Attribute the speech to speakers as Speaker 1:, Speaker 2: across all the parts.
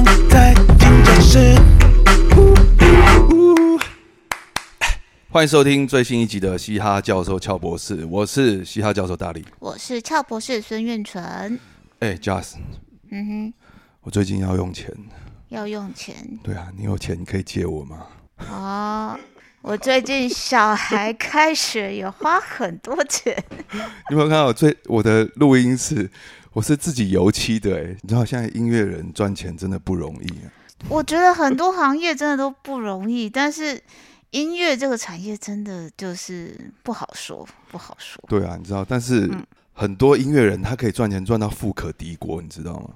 Speaker 1: 哎欢迎收听最新一集的《嘻哈教授俏博士》，我是嘻哈教授大力。
Speaker 2: 我是俏博士孙运纯。
Speaker 1: 哎、j u s
Speaker 2: 嗯
Speaker 1: 我最近要用钱，
Speaker 2: 哼，要用钱
Speaker 1: 对啊，你有钱你可以借我吗？
Speaker 2: 哦。我最近小孩开学也花很多钱，
Speaker 1: 你有没有看到我最我的录音室，我是自己油漆的、哎，你知道现在音乐人赚钱真的不容易、啊。
Speaker 2: 我觉得很多行业真的都不容易，但是音乐这个产业真的就是不好说，不好说。
Speaker 1: 对啊，你知道，但是
Speaker 2: 嗯
Speaker 1: 很多音乐人他可以赚钱赚到富可敌国，你知道吗？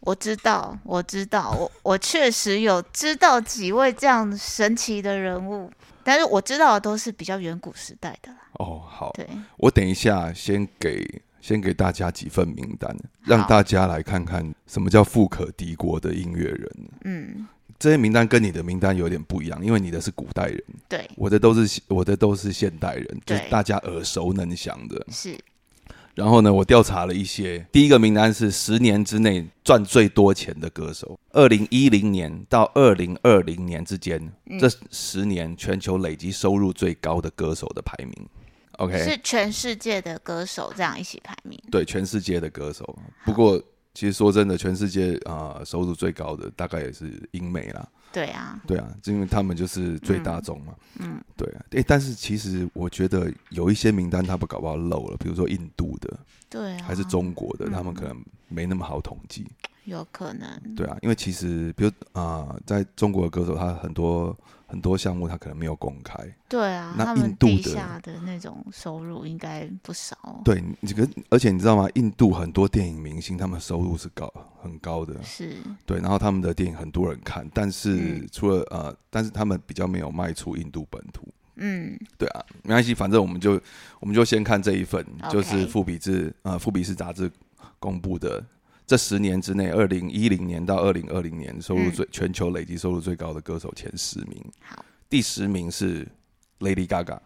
Speaker 2: 我知道，我知道，我我确实有知道几位这样神奇的人物，但是我知道的都是比较远古时代的啦。
Speaker 1: 哦，好，
Speaker 2: 对，
Speaker 1: 我等一下先给先给大家几份名单，让大家来看看什么叫富可敌国的音乐人。
Speaker 2: 嗯，
Speaker 1: 这些名单跟你的名单有点不一样，因为你的是古代人，
Speaker 2: 对，
Speaker 1: 我的都是我的都是现代人，就
Speaker 2: 对
Speaker 1: 是大家耳熟能详的。
Speaker 2: 是
Speaker 1: 然后呢，我调查了一些，第一个名单是十年之内赚最多钱的歌手，二零一零年到二零二零年之间，这十年全球累积收入最高的歌手的排名。OK，
Speaker 2: 是全世界的歌手这样一起排名。
Speaker 1: 对全世界的歌手。不过，其实说真的，全世界啊、呃收入最高的大概也是英美啦，
Speaker 2: 对啊，
Speaker 1: 对啊，因为他们就是最大众嘛。嗯，对啊。诶，但是其实我觉得有一些名单他们搞不好漏了，比如说印度的
Speaker 2: 对啊，嗯
Speaker 1: 还是中国的，他们可能没那么好统计。
Speaker 2: 有可能。
Speaker 1: 对啊，因为其实比如啊、呃在中国的歌手，他很多很多项目他可能没有公开。
Speaker 2: 对啊，
Speaker 1: 那
Speaker 2: 他
Speaker 1: 印
Speaker 2: 们
Speaker 1: 度
Speaker 2: 地
Speaker 1: 的
Speaker 2: 下的那种收入应该不少哦。
Speaker 1: 对，你这个而且你知道吗？印度很多电影明星他们收入是高很高的。
Speaker 2: 是，
Speaker 1: 对，然后他们的电影很多人看，但是
Speaker 2: 嗯
Speaker 1: 除了、呃，但是他们比较没有卖出印度本土。
Speaker 2: 嗯，
Speaker 1: 对啊，没关系，反正我们就我们就先看这一份
Speaker 2: OK
Speaker 1: 就是《富比志》呃，《富比志》杂志公布的这十年之内，二零一零年到二零二零年收入
Speaker 2: 嗯
Speaker 1: 最、全球累计收入最高的歌手前十名。
Speaker 2: 好，
Speaker 1: 第十名是 Lady Gaga。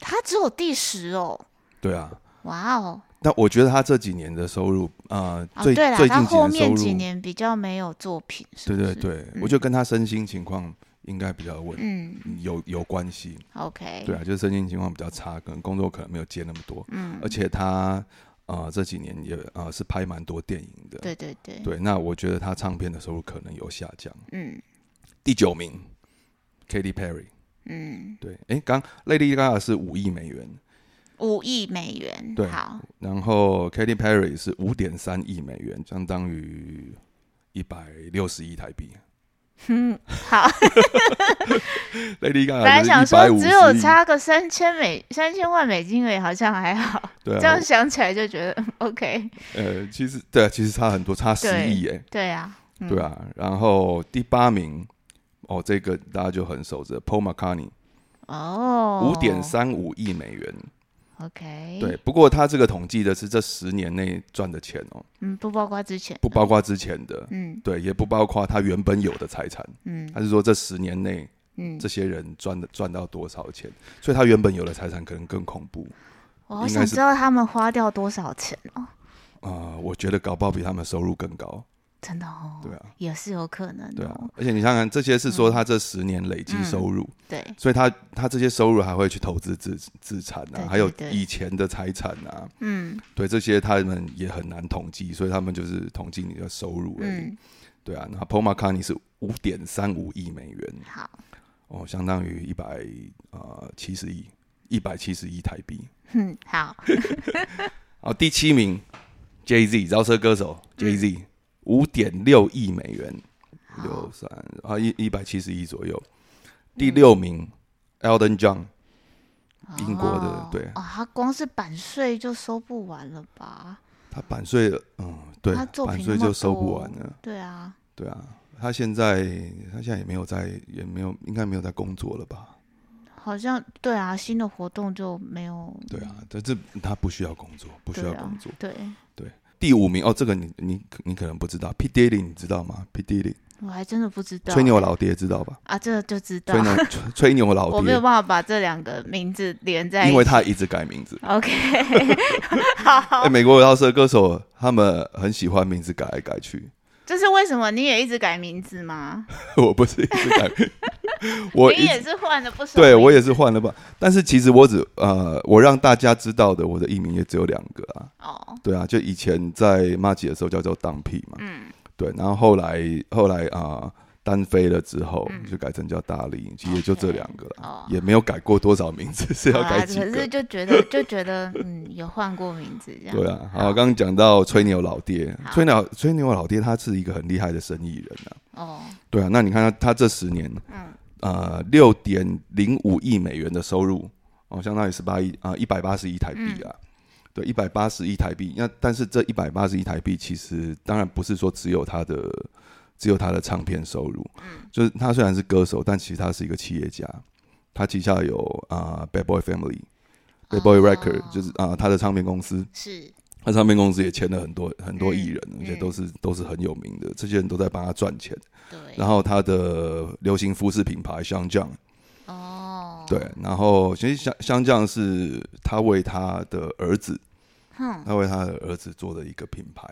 Speaker 2: 他只有第十哦，
Speaker 1: 对啊，
Speaker 2: 哇哦，
Speaker 1: 但我觉得她这几年的收入，呃，
Speaker 2: 哦
Speaker 1: 最
Speaker 2: 对了，
Speaker 1: 最
Speaker 2: 他
Speaker 1: 近
Speaker 2: 后
Speaker 1: 几年收
Speaker 2: 面
Speaker 1: 入，
Speaker 2: 几年比较没有作品，是
Speaker 1: 对
Speaker 2: 不
Speaker 1: 对
Speaker 2: 是，
Speaker 1: 对，
Speaker 2: 嗯
Speaker 1: 我觉得跟她身心情况应该比较有问
Speaker 2: 嗯
Speaker 1: 有有关系，
Speaker 2: ，OK，
Speaker 1: 对啊，就是身心情况比较差，可能工作可能没有接那么多，
Speaker 2: 嗯
Speaker 1: 而，且他呃这几年也呃是拍蛮多电影的，
Speaker 2: 对对对，
Speaker 1: 对那我觉得他唱片的收入可能有下降。
Speaker 2: 嗯
Speaker 1: 第九名，Katy Perry，
Speaker 2: 嗯，
Speaker 1: 对，诶，刚 Lady Gaga 是五亿美元，
Speaker 2: 五亿美元
Speaker 1: 对，
Speaker 2: 好，
Speaker 1: 然后 Katy Perry 是五点三亿美元，相当于一百六十亿台币。
Speaker 2: 嗯， 好，
Speaker 1: Lady
Speaker 2: 本来
Speaker 1: Gaga
Speaker 2: 想
Speaker 1: 就是一百
Speaker 2: 说
Speaker 1: 五
Speaker 2: 只有
Speaker 1: 十亿，
Speaker 2: 差个三千美三千万美金而已，好像还好，
Speaker 1: 对
Speaker 2: 这样
Speaker 1: 啊，
Speaker 2: 想起来就觉得嗯 OK，
Speaker 1: 呃，其实对啊，其实差很多，差十
Speaker 2: 对
Speaker 1: 亿耶。
Speaker 2: 对啊，嗯
Speaker 1: 对啊，然后第八名，哦，这个大家就很熟知，Paul McCartney
Speaker 2: 哦，
Speaker 1: 五点三五亿美元。
Speaker 2: ，OK，
Speaker 1: 对，，不过他这个统计的是这十年内赚的钱哦，
Speaker 2: 嗯，不包括之前，
Speaker 1: 不包括之前的，
Speaker 2: 嗯
Speaker 1: 对，也不包括他原本有的财产。
Speaker 2: 嗯
Speaker 1: 他是说这十年内
Speaker 2: 嗯
Speaker 1: 这，些人赚的赚到多少钱，所以他原本有的财产可能更恐怖。
Speaker 2: 我好
Speaker 1: 应该
Speaker 2: 想
Speaker 1: 是
Speaker 2: 知道他们花掉多少钱哦，
Speaker 1: 啊、我觉得搞不好比他们收入更高，
Speaker 2: 真的哦，
Speaker 1: 对啊，
Speaker 2: 也是有可能
Speaker 1: 对啊
Speaker 2: 哦，，
Speaker 1: 而且你想想，这些是说他这十年累积收入，
Speaker 2: 对，
Speaker 1: 所以他他这些收入还会去投资自资产啊，
Speaker 2: 对对
Speaker 1: 还有
Speaker 2: 对
Speaker 1: 以前的财产啊，
Speaker 2: 嗯
Speaker 1: 对这些他们也很难统计，所以他们就是统计你的收入而已。
Speaker 2: 嗯，
Speaker 1: 对啊，那 Paul McCartney 是五点三五亿美元，
Speaker 2: 好，
Speaker 1: 哦，相当于一百呃七十亿，一百七十亿台币。
Speaker 2: 嗯好，
Speaker 1: 然后第七名 Jay Z 饶舌歌手
Speaker 2: 嗯
Speaker 1: Jay Z 五点六亿美元，六三啊一一百七十亿左右。第六名 Elton John 英国的
Speaker 2: 哦
Speaker 1: 对
Speaker 2: 哦，他光是版税就收不完了吧？
Speaker 1: 他版税嗯对
Speaker 2: 他作品
Speaker 1: 版税
Speaker 2: 那么
Speaker 1: 就收不
Speaker 2: 多
Speaker 1: 完了，
Speaker 2: 对啊，
Speaker 1: 对啊。他现在他现在也没有在也没有应该没有在工作了吧？
Speaker 2: 好像对啊，新的活动就没有，
Speaker 1: 对啊，但这他不需要工作，不需
Speaker 2: 嗯对
Speaker 1: 要
Speaker 2: 啊
Speaker 1: 工作。，
Speaker 2: 对，
Speaker 1: 第五名哦，这个你你你可能不知道，P Diddy 你知道吗？P Diddy
Speaker 2: 我还真的不知道
Speaker 1: 吹牛老爹知道吧？
Speaker 2: 啊啊，这个就知道
Speaker 1: 吹，牛 吹吹牛老
Speaker 2: 我没有
Speaker 1: 爹，
Speaker 2: 办法把这两个名字连在一起，
Speaker 1: 因为他一直改名字。
Speaker 2: OK，好
Speaker 1: 哎，，美国饶舌歌手他们很喜欢名字改来改去，
Speaker 2: 这是为什么你也一直改名字吗？
Speaker 1: 我不是一直改，我
Speaker 2: 你
Speaker 1: 一
Speaker 2: 也是换了不少名字，
Speaker 1: 对我也是换了吧，但是其实我只呃，我让大家知道的我的艺名也只有两个啊。
Speaker 2: 哦，
Speaker 1: 对啊，就以前在马吉的时候叫做当屁嘛，
Speaker 2: 嗯
Speaker 1: 对，然后后来后来啊、单飞了之后
Speaker 2: 嗯
Speaker 1: 就改成叫大力，其实也就这
Speaker 2: OK
Speaker 1: 两个啦，
Speaker 2: 哦，
Speaker 1: 也没有改过多少名字，是 要
Speaker 2: 好啦
Speaker 1: 改几
Speaker 2: 可是
Speaker 1: 个？
Speaker 2: 就觉得就觉得嗯，有换过名字这样，
Speaker 1: 对啊，好，刚刚讲到吹牛老爹，
Speaker 2: 好
Speaker 1: 吹牛吹牛老爹他是一个很厉害的生意人啊，
Speaker 2: 哦，
Speaker 1: 对啊，那你看他他这十年
Speaker 2: 嗯
Speaker 1: 呃六点零五亿美元的收入，哦，相当于十八亿啊一百八十亿台币
Speaker 2: 嗯
Speaker 1: 啊。对，一百八十亿台币。那但是这一百八十亿台币，其实当然不是说只有他的只有他的唱片收入，
Speaker 2: 嗯
Speaker 1: 就是他虽然是歌手，但其实他是一个企业家，他旗下有啊、Bad Boy Family、Bad Boy Record，、
Speaker 2: 哦
Speaker 1: 就是啊、他的唱片公司，
Speaker 2: 是
Speaker 1: 他唱片公司也签了很多很多艺人，
Speaker 2: 嗯
Speaker 1: 而且
Speaker 2: 嗯
Speaker 1: 都是都是很有名的，这些人都在帮他赚钱。
Speaker 2: 对，
Speaker 1: 然后他的流行服饰品牌香酱，
Speaker 2: 哦，
Speaker 1: 对，，然后其实香香酱是他为他的儿子，
Speaker 2: 哼
Speaker 1: 他为他的儿子做的一个品牌，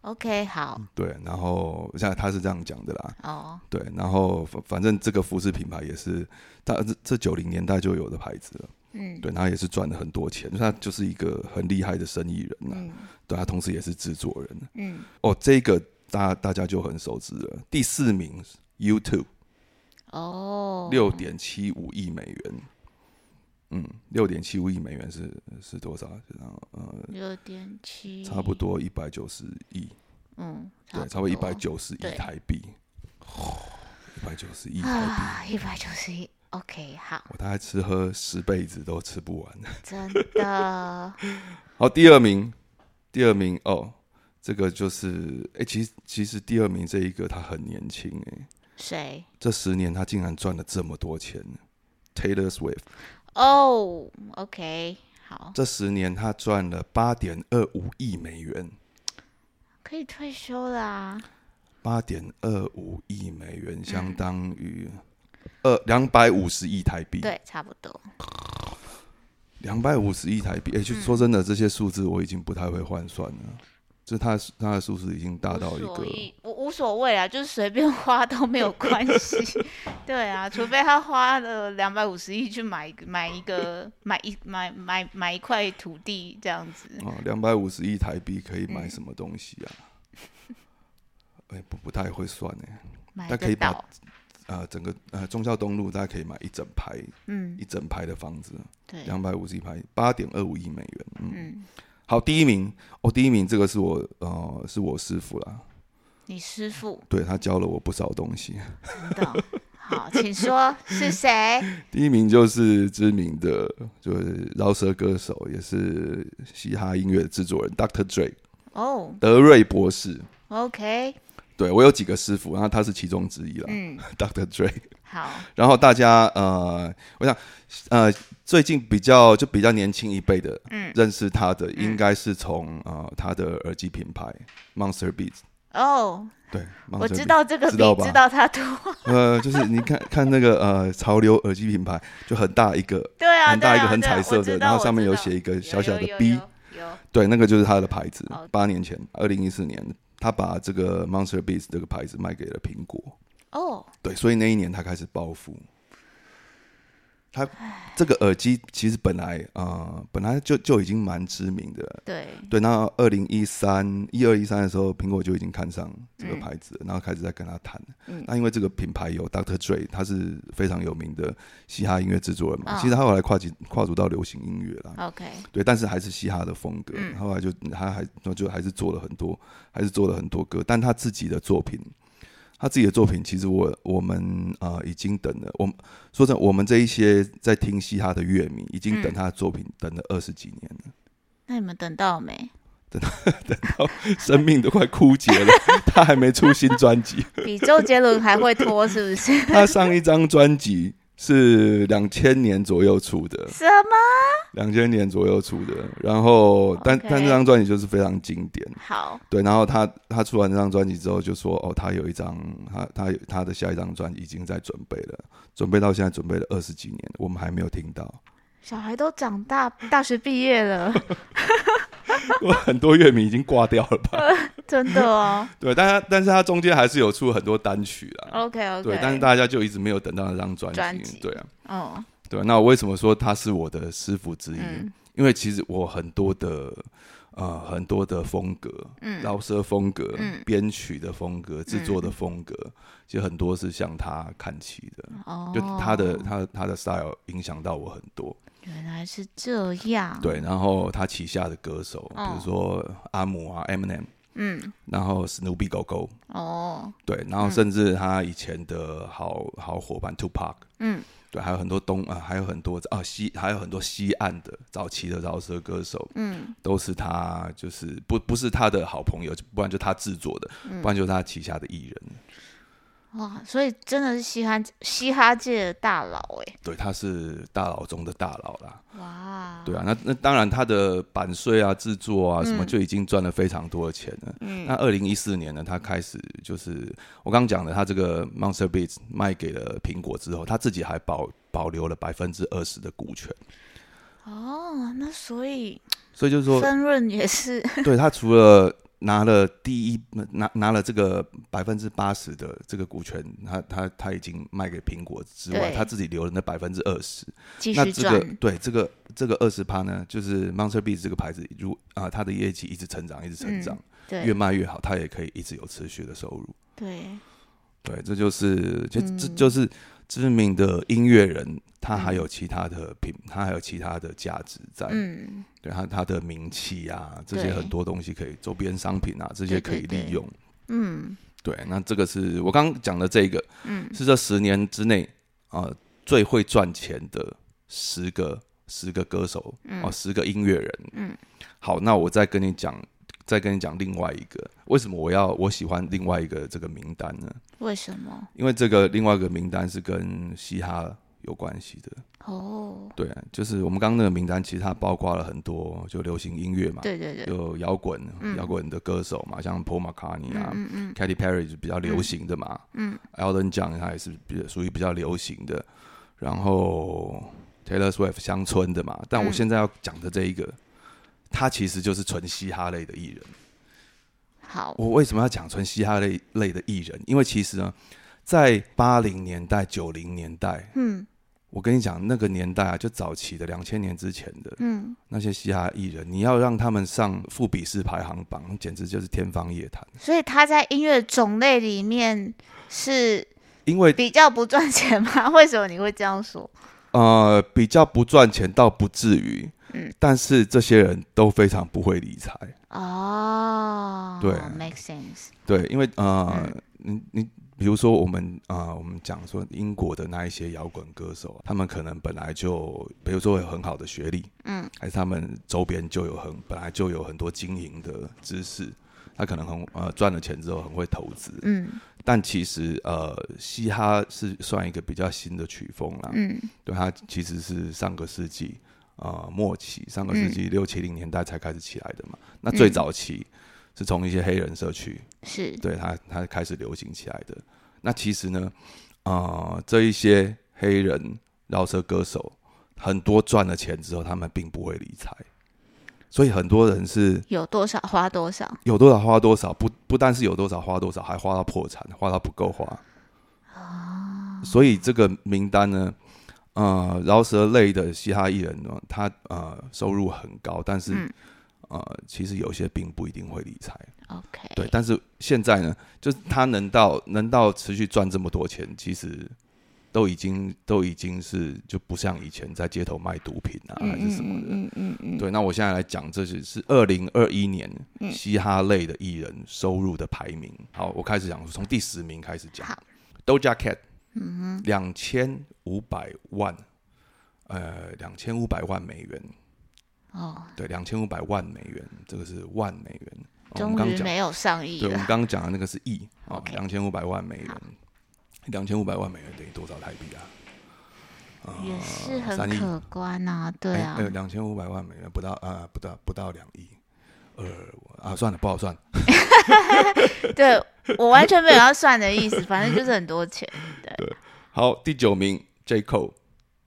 Speaker 2: ，OK，好，
Speaker 1: 对，然后现在他是这样讲的啦，
Speaker 2: 哦，
Speaker 1: 对，然后反反正这个服饰品牌也是他这这九零年代就有的牌子了，
Speaker 2: 嗯，
Speaker 1: 对，然后也是赚了很多钱，他就是一个很厉害的生意人呐、啊
Speaker 2: 嗯
Speaker 1: 对他同时也是制作人，
Speaker 2: 嗯，
Speaker 1: 哦，这个大大家就很熟知了，第四名 YouTube。
Speaker 2: 哦，
Speaker 1: 六点七五亿美元。嗯，六点七五亿美元是是多少？然后呃，
Speaker 2: 六点七，
Speaker 1: 差不，多一百九十亿，
Speaker 2: 嗯，
Speaker 1: 对，差不多一百九十亿
Speaker 2: 对
Speaker 1: 台币，一百九十亿台币，
Speaker 2: 啊，一百九十一，OK，好，
Speaker 1: 我大概吃喝十辈子都吃不完。
Speaker 2: 真的，
Speaker 1: 好，第二名，第二名哦，这个就是，哎、其实其实第二名这一个他很年轻，哎，
Speaker 2: 谁？
Speaker 1: 这十年他竟然赚了这么多钱，Taylor Swift。
Speaker 2: 哦，OK，好，
Speaker 1: 这十年他赚了八点二五亿美元，
Speaker 2: 可以退休啦，
Speaker 1: 八点二五亿美
Speaker 2: 嗯
Speaker 1: 元，相当于二两百五十亿台币。
Speaker 2: 对，差不多，
Speaker 1: 两百五十亿台币。哎、
Speaker 2: 嗯
Speaker 1: 就说真的，这些数字我已经不太会换算了。就他的他的数字已经大到
Speaker 2: 无
Speaker 1: 一
Speaker 2: 所
Speaker 1: 个，
Speaker 2: 谓，我无所谓啦，就是随便花都没有关 系。对啊，除非他花了两百五十亿去买买一个买一买买买一块土地这样子。
Speaker 1: 哦，两百五十亿台币可以买什么东西啊？
Speaker 2: 嗯
Speaker 1: 哎、不不太会算哎、
Speaker 2: 买
Speaker 1: 那
Speaker 2: 得
Speaker 1: 可以把
Speaker 2: 到，
Speaker 1: 呃，整个呃忠孝东路大家可以买一整排
Speaker 2: 嗯，
Speaker 1: 一整排的房子，
Speaker 2: 对，
Speaker 1: 两百五十亿排八点二五亿美元。嗯，
Speaker 2: 嗯，
Speaker 1: 好，第一名哦，第一名这个是我呃是我师傅啦，
Speaker 2: 你师 傅，
Speaker 1: 对他教了我不少东西。
Speaker 2: 你懂？好，请说是谁？
Speaker 1: 第一名就是知名的，就是饶舌歌手，也是嘻哈音乐制作人 Dr. Dre
Speaker 2: 哦
Speaker 1: 德瑞博士。
Speaker 2: ，OK，
Speaker 1: 对我有几个师傅，然后他是其中之一啦、
Speaker 2: 嗯，
Speaker 1: Dr. Dre。
Speaker 2: 好，
Speaker 1: 然后大家呃，我想呃，最近比较就比较年轻一辈的，
Speaker 2: 嗯
Speaker 1: 认识他的应该是从呃他的耳机品牌 Monster Beats。
Speaker 2: 哦，
Speaker 1: 对，
Speaker 2: 我
Speaker 1: Monster
Speaker 2: 知道这个
Speaker 1: 知道
Speaker 2: 比
Speaker 1: 吧
Speaker 2: 知道他多，
Speaker 1: Beats。呃，就是你看看那个呃潮流耳机品牌，就很大一个，
Speaker 2: 对啊，
Speaker 1: 很大
Speaker 2: 对
Speaker 1: 一个
Speaker 2: 啊
Speaker 1: 很
Speaker 2: 对啊
Speaker 1: 彩
Speaker 2: 我
Speaker 1: 色
Speaker 2: 知
Speaker 1: 的，
Speaker 2: 道
Speaker 1: 然
Speaker 2: 我
Speaker 1: 后上面
Speaker 2: 知
Speaker 1: 有
Speaker 2: 道
Speaker 1: 写一个小
Speaker 2: 有
Speaker 1: 小
Speaker 2: 有
Speaker 1: 的
Speaker 2: 有
Speaker 1: B，
Speaker 2: 有有
Speaker 1: 对，那个就是他的牌子
Speaker 2: 好。
Speaker 1: 八年前，二零一四年，他把这个 Monster Beats 这个牌子卖给了苹果。
Speaker 2: 哦，
Speaker 1: 对，所以那一年他开始暴富。他这个耳机其实本来呃本来就就已经蛮知名的了。
Speaker 2: 对，
Speaker 1: 对，那二零一三、一二、一三的时候，苹果就已经看上这个牌子了，然后开始在跟他谈。
Speaker 2: 嗯
Speaker 1: 那因为这个品牌有 Dr. Dre，他是非常有名的嘻哈音乐制作人嘛，
Speaker 2: 嗯
Speaker 1: 其实他后来跨级跨足到流行音乐啦。
Speaker 2: OK，
Speaker 1: 对，但是还是嘻哈的风格。
Speaker 2: 嗯
Speaker 1: 后来就他还就就还是做了很多，还是做了很多歌，但他自己的作品，他自己的作品，其实我我们呃已经等了，我们说真的，我们这一些在听嘻哈的乐迷，已经等
Speaker 2: 嗯
Speaker 1: 他的作品等了二十几年了，
Speaker 2: 那你们等到没？
Speaker 1: 生命都快枯竭了， 他还没出新 专辑，
Speaker 2: 比周杰伦还会拖是不是？
Speaker 1: 他上一张专辑。是两千年左右出的，
Speaker 2: 什么？
Speaker 1: 两千年左右出的，然后但但
Speaker 2: OK
Speaker 1: 这张专辑就是非常经典，
Speaker 2: 好，
Speaker 1: 对，然后他他出完这张专辑之后就说，哦，他有一张他他他的下一张专辑已经在准备了，准备到现在准备了二十几年，我们还没有听到。
Speaker 2: 小孩都长大，大学毕业了，
Speaker 1: 我很多乐迷已经挂掉了吧？
Speaker 2: 真的哦。
Speaker 1: 对，但他但是他中间还是有出很多单曲啦。
Speaker 2: OK 哦 OK。
Speaker 1: 对，但是大家就一直没有等到那张专
Speaker 2: 专
Speaker 1: 辑
Speaker 2: 辑。
Speaker 1: 对啊，
Speaker 2: 哦，
Speaker 1: 对啊。那我为什么说他是我的师傅之一？
Speaker 2: 嗯
Speaker 1: 因为其实我很多的呃很多的风格，
Speaker 2: 嗯
Speaker 1: 饶舌风格、
Speaker 2: 嗯
Speaker 1: 编、曲的风格、制作的风格，其实很多是向他看齐的。
Speaker 2: 哦，
Speaker 1: 就他的他的他的 style 影响到我很多，
Speaker 2: 原来是这样。，
Speaker 1: 对，然后他旗下的歌手，比如
Speaker 2: 哦
Speaker 1: 说阿姆啊、Eminem，
Speaker 2: 嗯，
Speaker 1: 然后 Snoopy 狗狗，
Speaker 2: 哦，
Speaker 1: 对，然后甚至他以前的好好伙伴 Tupac，
Speaker 2: 嗯，
Speaker 1: 对，还有很多东啊，还有很多啊西，还有很多西岸的早期的饶舌歌手，
Speaker 2: 嗯，
Speaker 1: 都是他就是不不是他的好朋友，不然就他制作的，
Speaker 2: 嗯
Speaker 1: 不然就是他旗下的艺人，
Speaker 2: 哇，所以真的是嘻哈嘻哈界的大佬哎、
Speaker 1: 对，他是大佬中的大佬啦，
Speaker 2: 哇，
Speaker 1: 对啊，那那当然他的版税啊、制作啊什
Speaker 2: 嗯
Speaker 1: 么就已经赚了非常多的钱了。那二零一四年呢，他开始就是我刚刚讲的，他这个 Monster Beats 卖给了苹果之后，他自己还保保留了百分之二十的股权，
Speaker 2: 哦，那所以
Speaker 1: 所以就是说，
Speaker 2: 分润也 是，
Speaker 1: 对他除了拿了第一拿拿了这个百分之八十的这个股权，他他他已经卖给苹果之外，
Speaker 2: 对
Speaker 1: 他自己留了那百分之二十，
Speaker 2: 继
Speaker 1: 那
Speaker 2: 续
Speaker 1: 这
Speaker 2: 赚，
Speaker 1: 个对这个这个二十趴呢，就是 Monster B 这个牌子，如啊、它的业绩一直成长，一直成长，越
Speaker 2: 嗯对
Speaker 1: 卖越好，它也可以一直有持续的收入。
Speaker 2: 对，
Speaker 1: 对，这就是就、这
Speaker 2: 嗯
Speaker 1: 就是知名的音乐人，他还有其他的品，他还有其他的价值在，
Speaker 2: 嗯，
Speaker 1: 对他他的名气啊，这些
Speaker 2: 对
Speaker 1: 很多东西可以周边商品啊，这
Speaker 2: 对
Speaker 1: 些可以
Speaker 2: 对
Speaker 1: 利
Speaker 2: 对
Speaker 1: 用。
Speaker 2: 嗯，
Speaker 1: 对，那这个是我刚刚讲的这个，
Speaker 2: 嗯，
Speaker 1: 是这十年之内啊、呃最会赚钱的十个十个歌手，哦、十个音乐人，
Speaker 2: 嗯，
Speaker 1: 好，那我再跟你讲，再跟你讲另外一个，为什么我要我喜欢另外一个这个名单呢？
Speaker 2: 为什么？
Speaker 1: 因为这个另外一个名单是跟嘻哈有关系的，
Speaker 2: 哦，
Speaker 1: 对，啊就是我们刚刚那个名单，其实它包括了很多就流行音乐嘛，
Speaker 2: 对嗯对对，
Speaker 1: 有摇滚摇滚的歌手嘛，像 Paul McCartney
Speaker 2: 嗯
Speaker 1: 啊、k a t y Perry 就比较流行的嘛，嗯 e l d o n John 他也是比属于比较流行的，然后 Taylor Swift 乡村的嘛，但我现在要讲的这一个，他其实就是纯嘻哈类的艺人。
Speaker 2: 好，
Speaker 1: 我为什么要讲纯嘻哈类类的艺人？因为其实呢，在八零年代、九零年代，
Speaker 2: 嗯
Speaker 1: 我跟你讲，那个年代啊，就早期的两千年之前的，
Speaker 2: 嗯，
Speaker 1: 那些嘻哈艺人，你要让他们上富比士排行榜，简直就是天方夜谭。
Speaker 2: 所以他在音乐种类里面是
Speaker 1: 因为
Speaker 2: 比较不赚钱吗？为什么你会这样说？
Speaker 1: 呃，比较不赚钱倒不至于，
Speaker 2: 嗯
Speaker 1: 但是这些人都非常不会理财，
Speaker 2: 哦，
Speaker 1: 对
Speaker 2: ，make sense，
Speaker 1: 对，因为呃，
Speaker 2: 嗯
Speaker 1: 你你比如说我们啊、呃我们讲说英国的那一些摇滚歌手啊，他们可能本来就，比如说有很好的学历，
Speaker 2: 嗯，
Speaker 1: 还是他们周边就有很本来就有很多经营的知识，他可能很呃赚了钱之后很会投资，
Speaker 2: 嗯
Speaker 1: 但其实呃，嘻哈是算一个比较新的曲风啦。
Speaker 2: 嗯
Speaker 1: 对，它其实是上个世纪呃末期，上个世纪六七零年代才开始起来的嘛。那最早期是从一些黑人社区，
Speaker 2: 是，
Speaker 1: 对它它开始流行起来的。那其实呢，呃，这一些黑人饶舌歌手很多赚了钱之后，他们并不会理财，所以很多人是
Speaker 2: 有多少花多少
Speaker 1: 有多少花多少，不不但是有多少花多少，还花到破产，花到不够花。所以这个名单呢，呃，饶舌类的嘻哈艺人呢，他呃收入很高，但是、
Speaker 2: 嗯
Speaker 1: 呃，其实有些并不一定会理财。
Speaker 2: ？OK，
Speaker 1: 对，但是现在呢，就是他能到能到持续赚这么多钱，其实都已经都已经是就不像以前在街头卖毒品啊、还是什么的。
Speaker 2: 嗯嗯嗯，
Speaker 1: 对，那我现在来讲，这是是二零二一年
Speaker 2: 嗯
Speaker 1: 嘻哈类的艺人收入的排名。好，我开始讲，从第十名开始讲
Speaker 2: 好。
Speaker 1: Doja Cat，嗯，两千五百万，呃，两千五百万美元，
Speaker 2: 哦，
Speaker 1: 对，两千五百万美元，这个是万美元。哦我
Speaker 2: 终
Speaker 1: 们刚
Speaker 2: 于
Speaker 1: 讲，
Speaker 2: 没有上亿
Speaker 1: 对，我们
Speaker 2: 了，
Speaker 1: 刚刚讲的那个是亿啊，
Speaker 2: OK
Speaker 1: 两千五百万美元，两千五百万美元等于多少台币啊？
Speaker 2: 也是
Speaker 1: 三
Speaker 2: 很
Speaker 1: 亿
Speaker 2: 可观啊，对啊，
Speaker 1: 哎，两千五百万美元不到啊、不到不到两亿，呃啊，算了，不好算。
Speaker 2: 对我完全没有要算的意思，反正就是很多钱，
Speaker 1: 好，第九名 J Cole，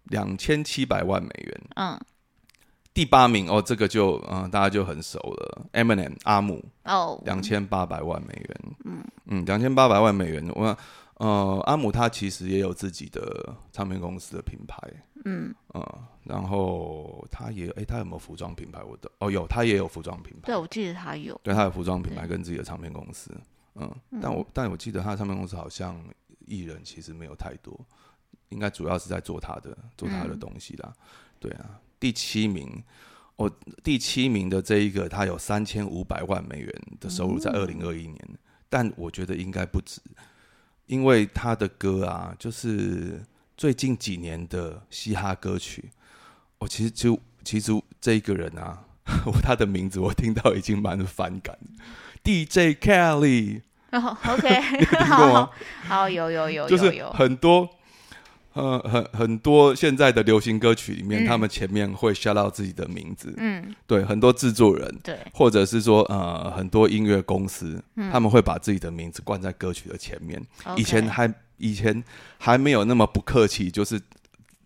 Speaker 1: 两千七百万美元。
Speaker 2: 嗯，
Speaker 1: 第八名哦，这个就嗯、呃大家就很熟了，Eminem 阿姆
Speaker 2: 哦，
Speaker 1: 两千八百万美元，嗯嗯，两千八百万美元。我呃，阿姆他其实也有自己的唱片公司的品牌，
Speaker 2: 嗯，
Speaker 1: 呃，然后他也诶，他有没有服装品牌？我的哦，有，他也有服装品牌，
Speaker 2: 对，我记得他有，
Speaker 1: 对，他有服装品牌跟自己的唱片公司，嗯，但我但我记得他的唱片公司好像艺人其实没有太多，应该主要是在做他的做他的东西啦，对啊，第七名。哦，第七名的这一个，他有三千五百万美元的收入在二零二一年，但我觉得应该不止，因为他的歌啊，就是最近几年的嘻哈歌曲，哦，其实就其实这一个人啊， 我他的名字我听到已经蛮反感的。DJ Kelly
Speaker 2: 哦，OK，
Speaker 1: 听过吗
Speaker 2: 好？好，有有有
Speaker 1: 就
Speaker 2: 哦有
Speaker 1: 是
Speaker 2: 有，
Speaker 1: 很多，呃，很很多现在的流行歌曲里面，
Speaker 2: 嗯
Speaker 1: 他们前面会 shout out 自己的名字，
Speaker 2: 嗯，
Speaker 1: 对，很多制作人。
Speaker 2: 对，
Speaker 1: 或者是说，呃，很多音乐公司、他们会把自己的名字冠在歌曲的前面。以前
Speaker 2: 嗯 OK
Speaker 1: 还以前还没有那么不客气，就是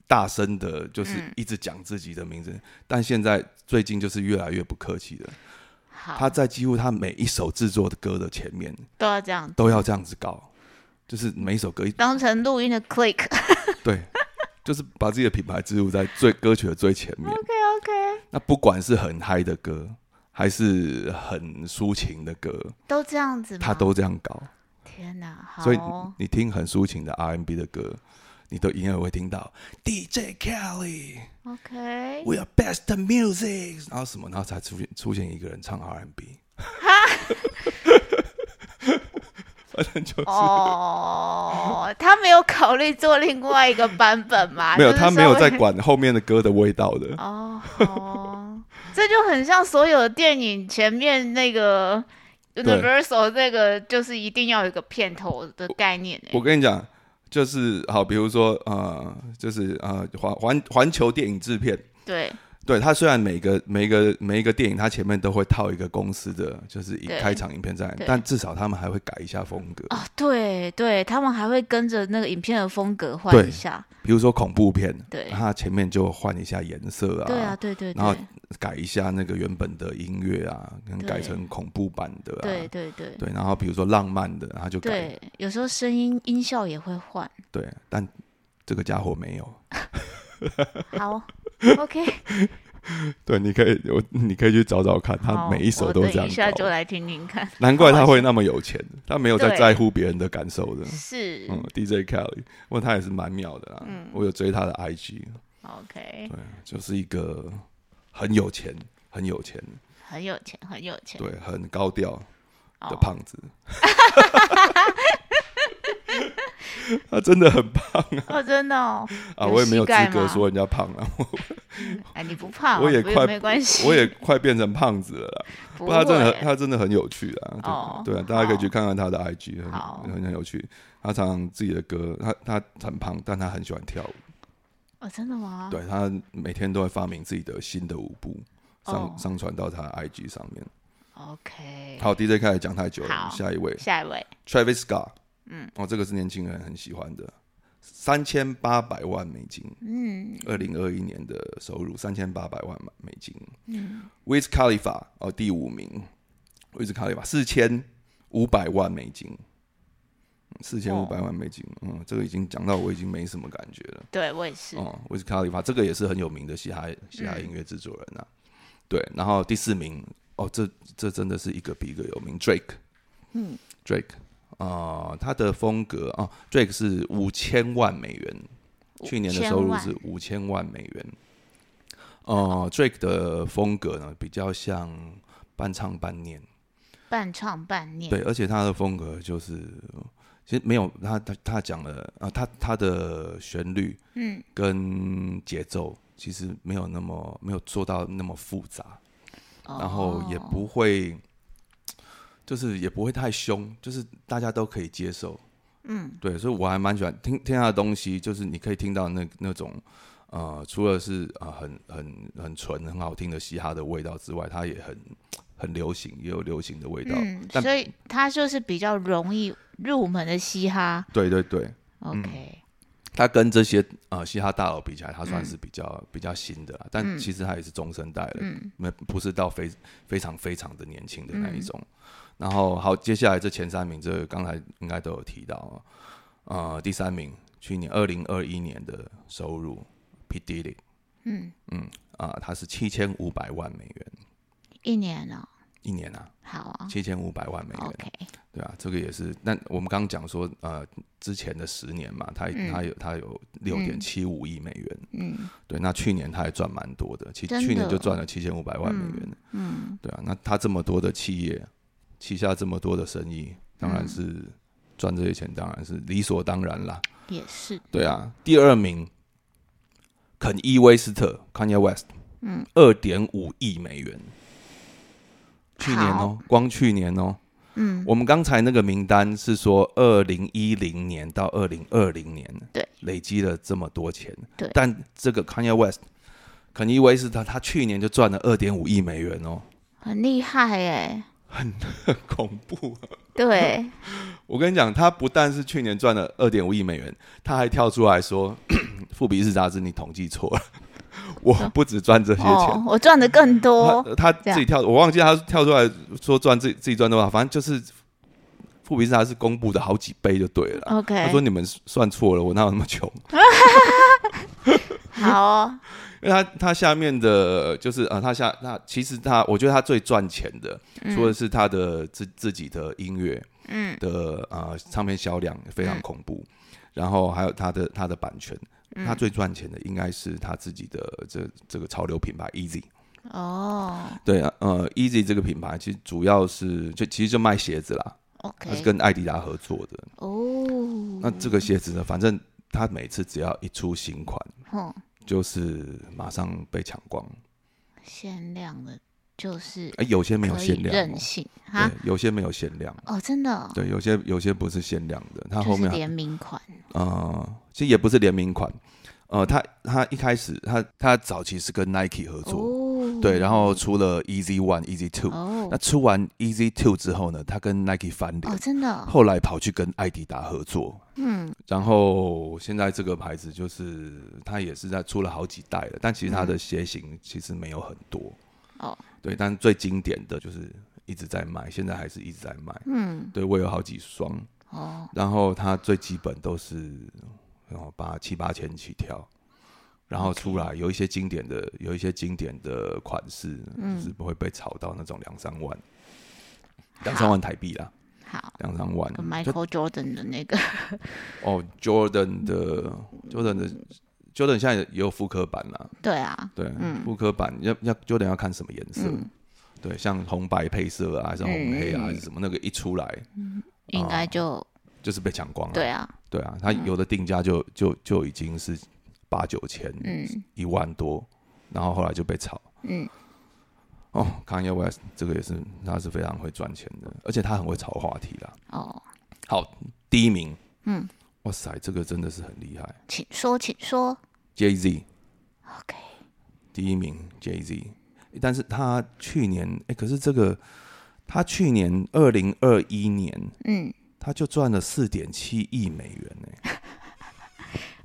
Speaker 1: 大声的，就是
Speaker 2: 嗯
Speaker 1: 一直讲自己的名字。但现在最近就是越来越不客气了。他
Speaker 2: 好，
Speaker 1: 在几乎他每一首制作的歌的前面
Speaker 2: 都要这样，
Speaker 1: 都要这样子搞，就是每一首歌一
Speaker 2: 当成录音的 click，OK
Speaker 1: 对， 就是把自己的品牌植入在最歌曲的最前面。
Speaker 2: OK，
Speaker 1: 那不管是很嗨的歌，还是很抒情的歌，
Speaker 2: 都这样子吗？
Speaker 1: 他都这样搞。
Speaker 2: 天哪，好
Speaker 1: 所以
Speaker 2: 哦
Speaker 1: 你听很抒情的 R&B 的歌，你都隐隐会听到 DJ Kelly。
Speaker 2: ，OK，
Speaker 1: We are best music，然后什么，然后才出现出现一个人 唱 R&B，反正就
Speaker 2: 哦，他没有考虑做另外一个版本吗？
Speaker 1: 没有
Speaker 2: 就是
Speaker 1: 他没有
Speaker 2: 稍
Speaker 1: 在
Speaker 2: 微
Speaker 1: 管后面的歌的味道的，
Speaker 2: 哦，好哦这就很像所有的电影前面那个 Universal 那个，就是一定要有一个片头的概念欸
Speaker 1: 我跟你讲，就是好，比如说呃，就是呃，环环环球电影制片，
Speaker 2: 对，
Speaker 1: 对它虽然每个每个每一个电影它前面都会套一个公司的，就是一
Speaker 2: 对
Speaker 1: 开场影片在
Speaker 2: 对，
Speaker 1: 但至少他们还会改一下风格，
Speaker 2: 哦，对对，他们还会跟着那个影片的风格换
Speaker 1: 对
Speaker 2: 一下，
Speaker 1: 比如说恐怖片，
Speaker 2: 对
Speaker 1: 它前面就换一下颜色啊，
Speaker 2: 对啊，对对
Speaker 1: 然后
Speaker 2: 对，
Speaker 1: 改一下那个原本的音乐啊，可能
Speaker 2: 对
Speaker 1: 改成恐怖版的、啊，
Speaker 2: 对对对
Speaker 1: 对然后比如说浪漫的，它就改，
Speaker 2: 对，有时候声音音效也会换。
Speaker 1: 对，但这个家伙没有。
Speaker 2: 好，OK，
Speaker 1: 对，你可以我你可以去找找看，他
Speaker 2: 好
Speaker 1: 每一首
Speaker 2: 我
Speaker 1: 都
Speaker 2: 等
Speaker 1: 这样
Speaker 2: 一下就
Speaker 1: 搞。
Speaker 2: 来听听 看。
Speaker 1: 难怪他会那么有钱，他没有在
Speaker 2: 对
Speaker 1: 在乎别人的感受的。
Speaker 2: 是
Speaker 1: 嗯，DJ Kelly，不过他也是蛮妙的啦。
Speaker 2: 嗯
Speaker 1: 我有追他的 IG，
Speaker 2: ，OK，
Speaker 1: 对，就是一个很有钱、很有钱，
Speaker 2: 很有钱，很有钱。
Speaker 1: 对，很高调的
Speaker 2: 哦，
Speaker 1: 胖子。 他真的很胖
Speaker 2: 哦，真的 哦，
Speaker 1: 啊！
Speaker 2: 有
Speaker 1: 我也没有
Speaker 2: 膝
Speaker 1: 资
Speaker 2: 盖
Speaker 1: 格
Speaker 2: 吗
Speaker 1: 说人家胖啊，我
Speaker 2: 哎，你不胖啊，
Speaker 1: 我也
Speaker 2: 不
Speaker 1: 快
Speaker 2: 没关系，
Speaker 1: 我也快变成胖子了啦。
Speaker 2: 不
Speaker 1: 不过他真的
Speaker 2: 会
Speaker 1: 很，他真的很有趣啊！对、
Speaker 2: 哦
Speaker 1: 对啊，大家可以
Speaker 2: 好
Speaker 1: 去看看他的 IG，
Speaker 2: 好
Speaker 1: 很很很有趣。他常常自己的歌，他他很胖，但他很喜欢跳舞。
Speaker 2: 哦，真的吗？
Speaker 1: 对他每天都会发明自己的新的舞步，上、
Speaker 2: 哦
Speaker 1: 上传到他的 IG 上面。
Speaker 2: ，OK，
Speaker 1: 好，DJ 开始讲太久了，
Speaker 2: 好
Speaker 1: 下一位
Speaker 2: 下一位，
Speaker 1: Travis Scott，嗯，哦，这个是年轻人很喜欢的，三千八百万美金，
Speaker 2: 嗯
Speaker 1: 二零二一年的收入三千八百万美金。
Speaker 2: 嗯，
Speaker 1: Wiz Khalifa 哦，第五名，Wiz Khalifa 四千五百万美金。嗯四千五百万美金，嗯，这个已经讲到我已经没什么感觉了。
Speaker 2: 对我也是，
Speaker 1: 哦，Wiz Khalifa 这个也是很有名的嘻哈嘻哈音乐制作人啊。对，然后第四名哦，这这真的是一个比一个有名，Drake，
Speaker 2: 嗯
Speaker 1: ，Drake 啊、呃他的风格啊、哦、，Drake 是五千万美元，去年的收入是五千万美元。哦、d r a k e 的风格呢比较像半唱半念，
Speaker 2: 半唱半念，
Speaker 1: 对，而且他的风格就是其实没有他他他讲了啊，他他的旋律
Speaker 2: 嗯，
Speaker 1: 跟节奏其实没有那么没有做到那么复杂，然后也
Speaker 2: 哦
Speaker 1: 不会，就是也不会太凶，就是大家都可以接受。嗯，对，所以我还蛮喜欢听听他的东西，就是你可以听到那那种呃，除了是啊、呃很很很纯很好听的嘻哈的味道之外，它也很很流行，也有流行的味道。
Speaker 2: 嗯，
Speaker 1: 但
Speaker 2: 所以他就是比较容易入门的嘻哈
Speaker 1: 对对对，
Speaker 2: ，OK，
Speaker 1: 他跟这些呃嘻哈大佬比起来，他算是比较、比较新的啦，但其实他也是中生代了，没、不是到非非常非常的年轻的那一种。然后好，接下来这前三名，这个刚才应该都有提到啊，呃，第三名去年二零二一年的收入 P D 零，嗯嗯啊、它是七千五百万美元
Speaker 2: 一年哦，
Speaker 1: 一年啊，
Speaker 2: 好啊
Speaker 1: 七千五百万美元。
Speaker 2: ，OK，
Speaker 1: 对啊，这个也是。那我们刚刚讲说，呃，之前的十年嘛，它它有它有六点七五亿美元，
Speaker 2: 嗯，
Speaker 1: 对。那去年它还赚蛮多的，其
Speaker 2: 真的
Speaker 1: 去年就赚了七千五百万美元，嗯，对啊。那它这么多的企业，旗下这么多的生意，当然是、赚这些钱，当然是理所当然啦。
Speaker 2: 也是，
Speaker 1: 对啊，第二名，肯伊威斯特 （Kanye West），嗯，二点五亿美元。去年哦，光去年哦，嗯，我们刚才那个名单是说二零一零年到二零二零年，
Speaker 2: 对，
Speaker 1: 累积了这么多钱，
Speaker 2: 对
Speaker 1: 但这个 Kanye West，肯伊威斯特，他去年就赚了二点五亿美元哦，
Speaker 2: 很厉害哎、
Speaker 1: 很 恐怖啊、
Speaker 2: 对，
Speaker 1: 我跟你讲，他不但是去年赚了二点五亿美元，他还跳出来说， 《富比士》杂志你统计错了， 我不止赚这些钱。
Speaker 2: 哦，我赚的更多，
Speaker 1: 他他自己跳，我忘记他跳出来说赚自己自己赚多少，反正就是《富比士》杂志公布的好几倍就对了啦。
Speaker 2: OK
Speaker 1: 他说你们算错了，我哪有那么穷？
Speaker 2: 好哦，
Speaker 1: 因为他他下面的就是呃，他下他其实他我觉得他最赚钱的，除了是他的自自己的音乐，嗯的呃唱片销量非常恐怖，然后还有他的他的版权，他最赚钱的应该是他自己的这这个潮流品牌 Easy。
Speaker 2: 哦
Speaker 1: 对啊，呃，Easy 这个品牌其实主要是就其实就卖鞋子啦，它
Speaker 2: ，OK，
Speaker 1: 是
Speaker 2: 嗯
Speaker 1: 跟艾迪达合作的。
Speaker 2: 哦，
Speaker 1: 那这个鞋子呢，反正他每次只要一出新款，
Speaker 2: 哼，
Speaker 1: 就是马上被抢光。
Speaker 2: 限量的，就是
Speaker 1: 哎、有些没有
Speaker 2: 可以
Speaker 1: 限量、哦，
Speaker 2: 任性哈，
Speaker 1: 对，有些没有限量，
Speaker 2: 哦，真的、哦，
Speaker 1: 对，有些有些不是限量的，它
Speaker 2: 就
Speaker 1: 后
Speaker 2: 是
Speaker 1: 面还
Speaker 2: 联名款，
Speaker 1: 呃，其实也不是联名款，呃，它它一开始它它早期是跟 Nike 合作，
Speaker 2: 哦，
Speaker 1: 对，然后出了 Easy One、Easy Two，、
Speaker 2: 哦
Speaker 1: 那，出完 Easy Two 之后呢，它跟 Nike 翻脸，
Speaker 2: 哦，真的哦、
Speaker 1: 后来跑去跟艾迪达合作，嗯，然后现在这个牌子就是它也是在出了好几代了，但其实它的鞋型其实没有很多，
Speaker 2: 嗯哦，
Speaker 1: 对，但最经典的就是一直在卖，现在还是一直在卖。嗯，对我有好几双，
Speaker 2: 哦，
Speaker 1: 然后它最基本都是然后八七八千起跳，然后出来有一些经典的，有一些经典的款式，就是不会被炒到那种两三万，两三万台币啦，
Speaker 2: 好，
Speaker 1: 两三万
Speaker 2: 跟
Speaker 1: 嗯就
Speaker 2: Michael Jordan 的那个，
Speaker 1: 哦，Jordan 的 Jordan 的 Jordan 现在也有复刻版啦，
Speaker 2: 对啊，
Speaker 1: 对，复刻版要要 Jordan 要看什么颜色。对，像红白配色啊，还是红黑啊，还是什么？那个一出来，
Speaker 2: 应
Speaker 1: 哦
Speaker 2: 该就
Speaker 1: 就是被抢光了。
Speaker 2: 对啊，
Speaker 1: 对啊，它有的定价就就就已经是八九千，
Speaker 2: 嗯
Speaker 1: 一万多，然后后来就被炒。
Speaker 2: 嗯，
Speaker 1: 哦，Kanye West 这个也是，他是非常会赚钱的，而且他很会炒话题啦。
Speaker 2: 哦，
Speaker 1: 好，第一名，嗯，哇塞，这个真的是很厉害
Speaker 2: 请说，请说
Speaker 1: j a y Z
Speaker 2: ，OK，
Speaker 1: 第一名 Jay Z，但是他去年，哎、可是这个他去年二零二一年，
Speaker 2: 嗯，
Speaker 1: 他就赚了四点七亿美元呢、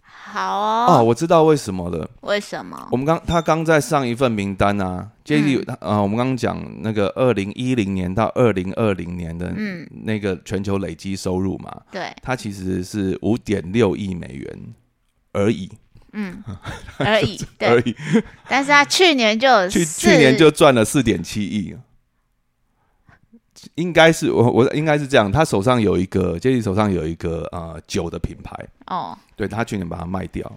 Speaker 2: 好
Speaker 1: 哦、
Speaker 2: 哦，
Speaker 1: 我知道为什么了。
Speaker 2: 为什么
Speaker 1: 我？们刚他刚在上一份名单啊，Jay
Speaker 2: 嗯
Speaker 1: Z，、呃，我们刚刚讲那个二零一零年到二零二零年的
Speaker 2: 嗯
Speaker 1: 那个全球累积收入嘛，
Speaker 2: 对，
Speaker 1: 它其实是五点六亿美元而已，
Speaker 2: 嗯 而已，
Speaker 1: 而
Speaker 2: 对，
Speaker 1: 已。
Speaker 2: 但是他去年就有
Speaker 1: 去
Speaker 2: 四
Speaker 1: 去年就赚了四点七亿，应该是我我应该是这样，他手上有一个杰里手上有一个呃酒的品牌，
Speaker 2: 哦，
Speaker 1: 对他去年把它卖掉，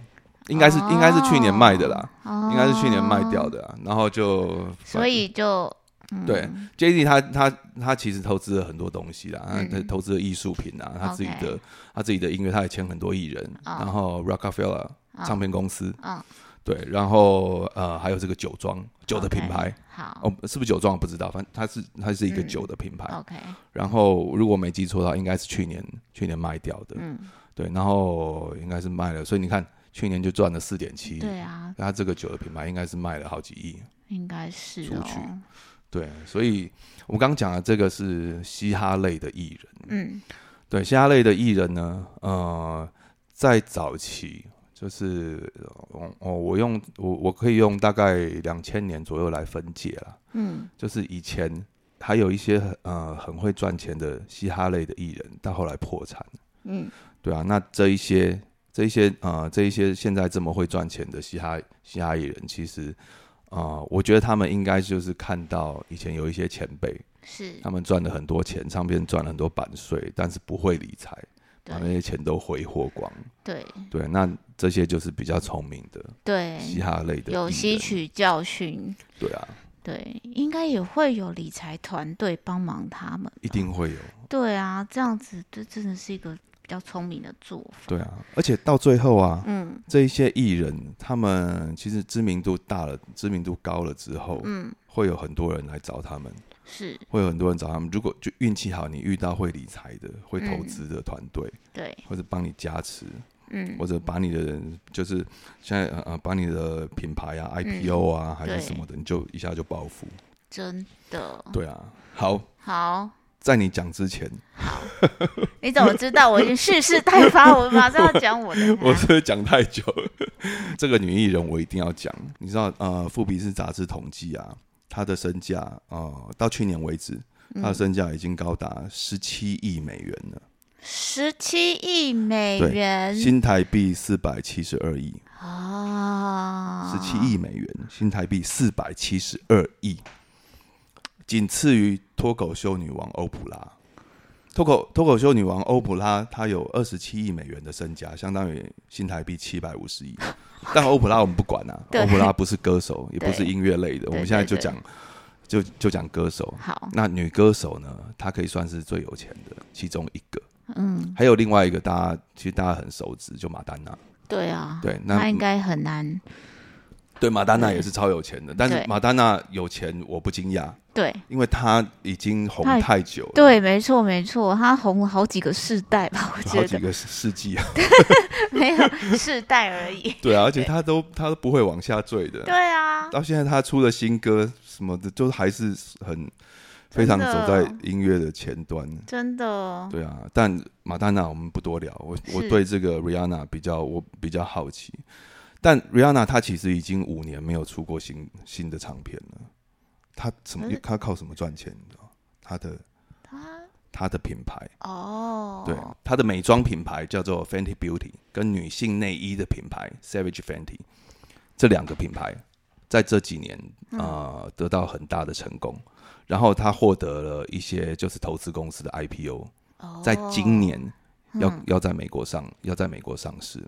Speaker 1: 应该是、应该是去年卖的啦，
Speaker 2: 哦
Speaker 1: 应该是去年卖掉的啊，然后就
Speaker 2: 所以就嗯
Speaker 1: 对 J D 他他他其实投资了很多东西啦，他
Speaker 2: 嗯
Speaker 1: 他投资了艺术品啊，他自己的他自己的音乐，他也签很多艺人，
Speaker 2: 啊
Speaker 1: 然后 Rockefeller 唱片公司，
Speaker 2: 嗯
Speaker 1: 对，然后呃还有这个酒庄酒的
Speaker 2: OK，嗯哦
Speaker 1: 品牌。
Speaker 2: 好
Speaker 1: 哦，是不是酒庄我不知道，反正它是它是一个酒的品牌。
Speaker 2: ，OK，
Speaker 1: 然后如果没记错的话，应该是去年去年卖掉的，
Speaker 2: 嗯，
Speaker 1: 对，然后应该是卖了，所以你看去年就赚了四点七，
Speaker 2: 对啊，
Speaker 1: 那它这个酒的品牌应该是卖了好几亿，
Speaker 2: 应该是
Speaker 1: 出去
Speaker 2: 哦，
Speaker 1: 对，所以我刚讲的这个是嘻哈类的艺人，
Speaker 2: 嗯，
Speaker 1: 对，嘻哈类的艺人呢，呃，在早期，就是哦哦，我用我我可以用大概两千年左右来分解啦。
Speaker 2: 嗯
Speaker 1: 就是以前还有一些很呃很会赚钱的嘻哈类的艺人，到后来破产，
Speaker 2: 嗯
Speaker 1: 对啊，那这一些这一些呃这一些现在这么会赚钱的嘻哈嘻哈艺人，其实啊、呃我觉得他们应该就是看到以前有一些前辈，
Speaker 2: 是
Speaker 1: 他们赚了很多钱，唱片赚了很多版税，但是不会理财，把那
Speaker 2: 对
Speaker 1: 些钱都挥霍光。
Speaker 2: 对
Speaker 1: 对，那这些就是比较聪明的嘻
Speaker 2: 对，
Speaker 1: 哈类的，
Speaker 2: 有吸。取教训，
Speaker 1: 对啊，
Speaker 2: 对，应该也会有理财团队帮忙他们。
Speaker 1: 一定会有。
Speaker 2: 对啊，这样子这真的是一个比较聪明的做法。
Speaker 1: 对啊，而且到最后啊，
Speaker 2: 嗯
Speaker 1: 这一些艺人他们其实知名度大了，知名度高了之后，
Speaker 2: 嗯，
Speaker 1: 会有很多人来找他们，
Speaker 2: 是
Speaker 1: 会有很多人找他们。如果就运气好，你遇到会理财的、会投
Speaker 2: 嗯
Speaker 1: 资的团队，
Speaker 2: 对，
Speaker 1: 或者帮你加持，
Speaker 2: 嗯
Speaker 1: 或者把你的就是现在呃呃把你的品牌啊、IPO 啊、还是
Speaker 2: 对
Speaker 1: 什么的，你就一下就暴富。
Speaker 2: 真的
Speaker 1: 对啊，好，
Speaker 2: 好。
Speaker 1: 在你讲之前，
Speaker 2: 你怎么知道我已经蓄势待发？我马上要讲我的啦。
Speaker 1: 我是不是讲太久 了。这个女艺人我一定要讲，你知道，呃，《富比士》杂志统计啊，她的身价，呃，到去年为止，她的身价已经高达十七亿美元了，
Speaker 2: 十七亿美元
Speaker 1: 新台币四百七十二亿，
Speaker 2: 啊，
Speaker 1: 十七亿美元，新台币四百七十二亿，仅次于脱口秀女王欧普拉。脱口脱口秀女王欧普拉，她有二十七亿美元的身家，相当于新台币七百五十亿。但欧普拉我们不管啊，
Speaker 2: 对
Speaker 1: 欧普拉不是歌手，也
Speaker 2: 对
Speaker 1: 不是音乐类的，我们现在就
Speaker 2: 对对
Speaker 1: 讲就就讲歌手。
Speaker 2: 好，
Speaker 1: 那女歌手呢，她可以算是最有钱的其中一个，
Speaker 2: 嗯，
Speaker 1: 还有另外一个大家其实大家很熟知，就马丹娜。
Speaker 2: 对啊，
Speaker 1: 对，那嗯
Speaker 2: 他应该很难，
Speaker 1: 对，马丹娜也是超有钱的，但是
Speaker 2: 对
Speaker 1: 马丹娜有钱我不惊讶，
Speaker 2: 对
Speaker 1: 因为她已经红
Speaker 2: 她
Speaker 1: 太久了，，
Speaker 2: 对，没错没错，他红了好几个世代吧，我
Speaker 1: 好
Speaker 2: 觉
Speaker 1: 几
Speaker 2: 得
Speaker 1: 个世纪啊，
Speaker 2: 没有世代而已。
Speaker 1: 对啊，而且她都她都不会往下坠
Speaker 2: 对
Speaker 1: 的，
Speaker 2: 啊，
Speaker 1: 到现在她出的新歌什么的，就还是很非常走在音乐的前端。
Speaker 2: 真的，
Speaker 1: 对啊，但马丹娜我们不多聊，我我
Speaker 2: 哦是
Speaker 1: 对这个 Rihanna 比较我比较好奇，但 Rihanna 她其实已经五年没有出过新新的唱片了，她什么
Speaker 2: 可是
Speaker 1: 她靠什么赚钱？你知道吗她的
Speaker 2: 他
Speaker 1: 她的品牌，
Speaker 2: 哦，
Speaker 1: 对，她的美妆品牌叫做 Fenty Beauty，跟女性内衣的品牌 Savage Fenty，这两个品牌在这几年
Speaker 2: 嗯
Speaker 1: 啊、呃得到很大的成功，然后她获得了一些就是投资公司的 IPO，
Speaker 2: 哦
Speaker 1: 在今年要、
Speaker 2: 嗯
Speaker 1: 要在美国上要在美国上市，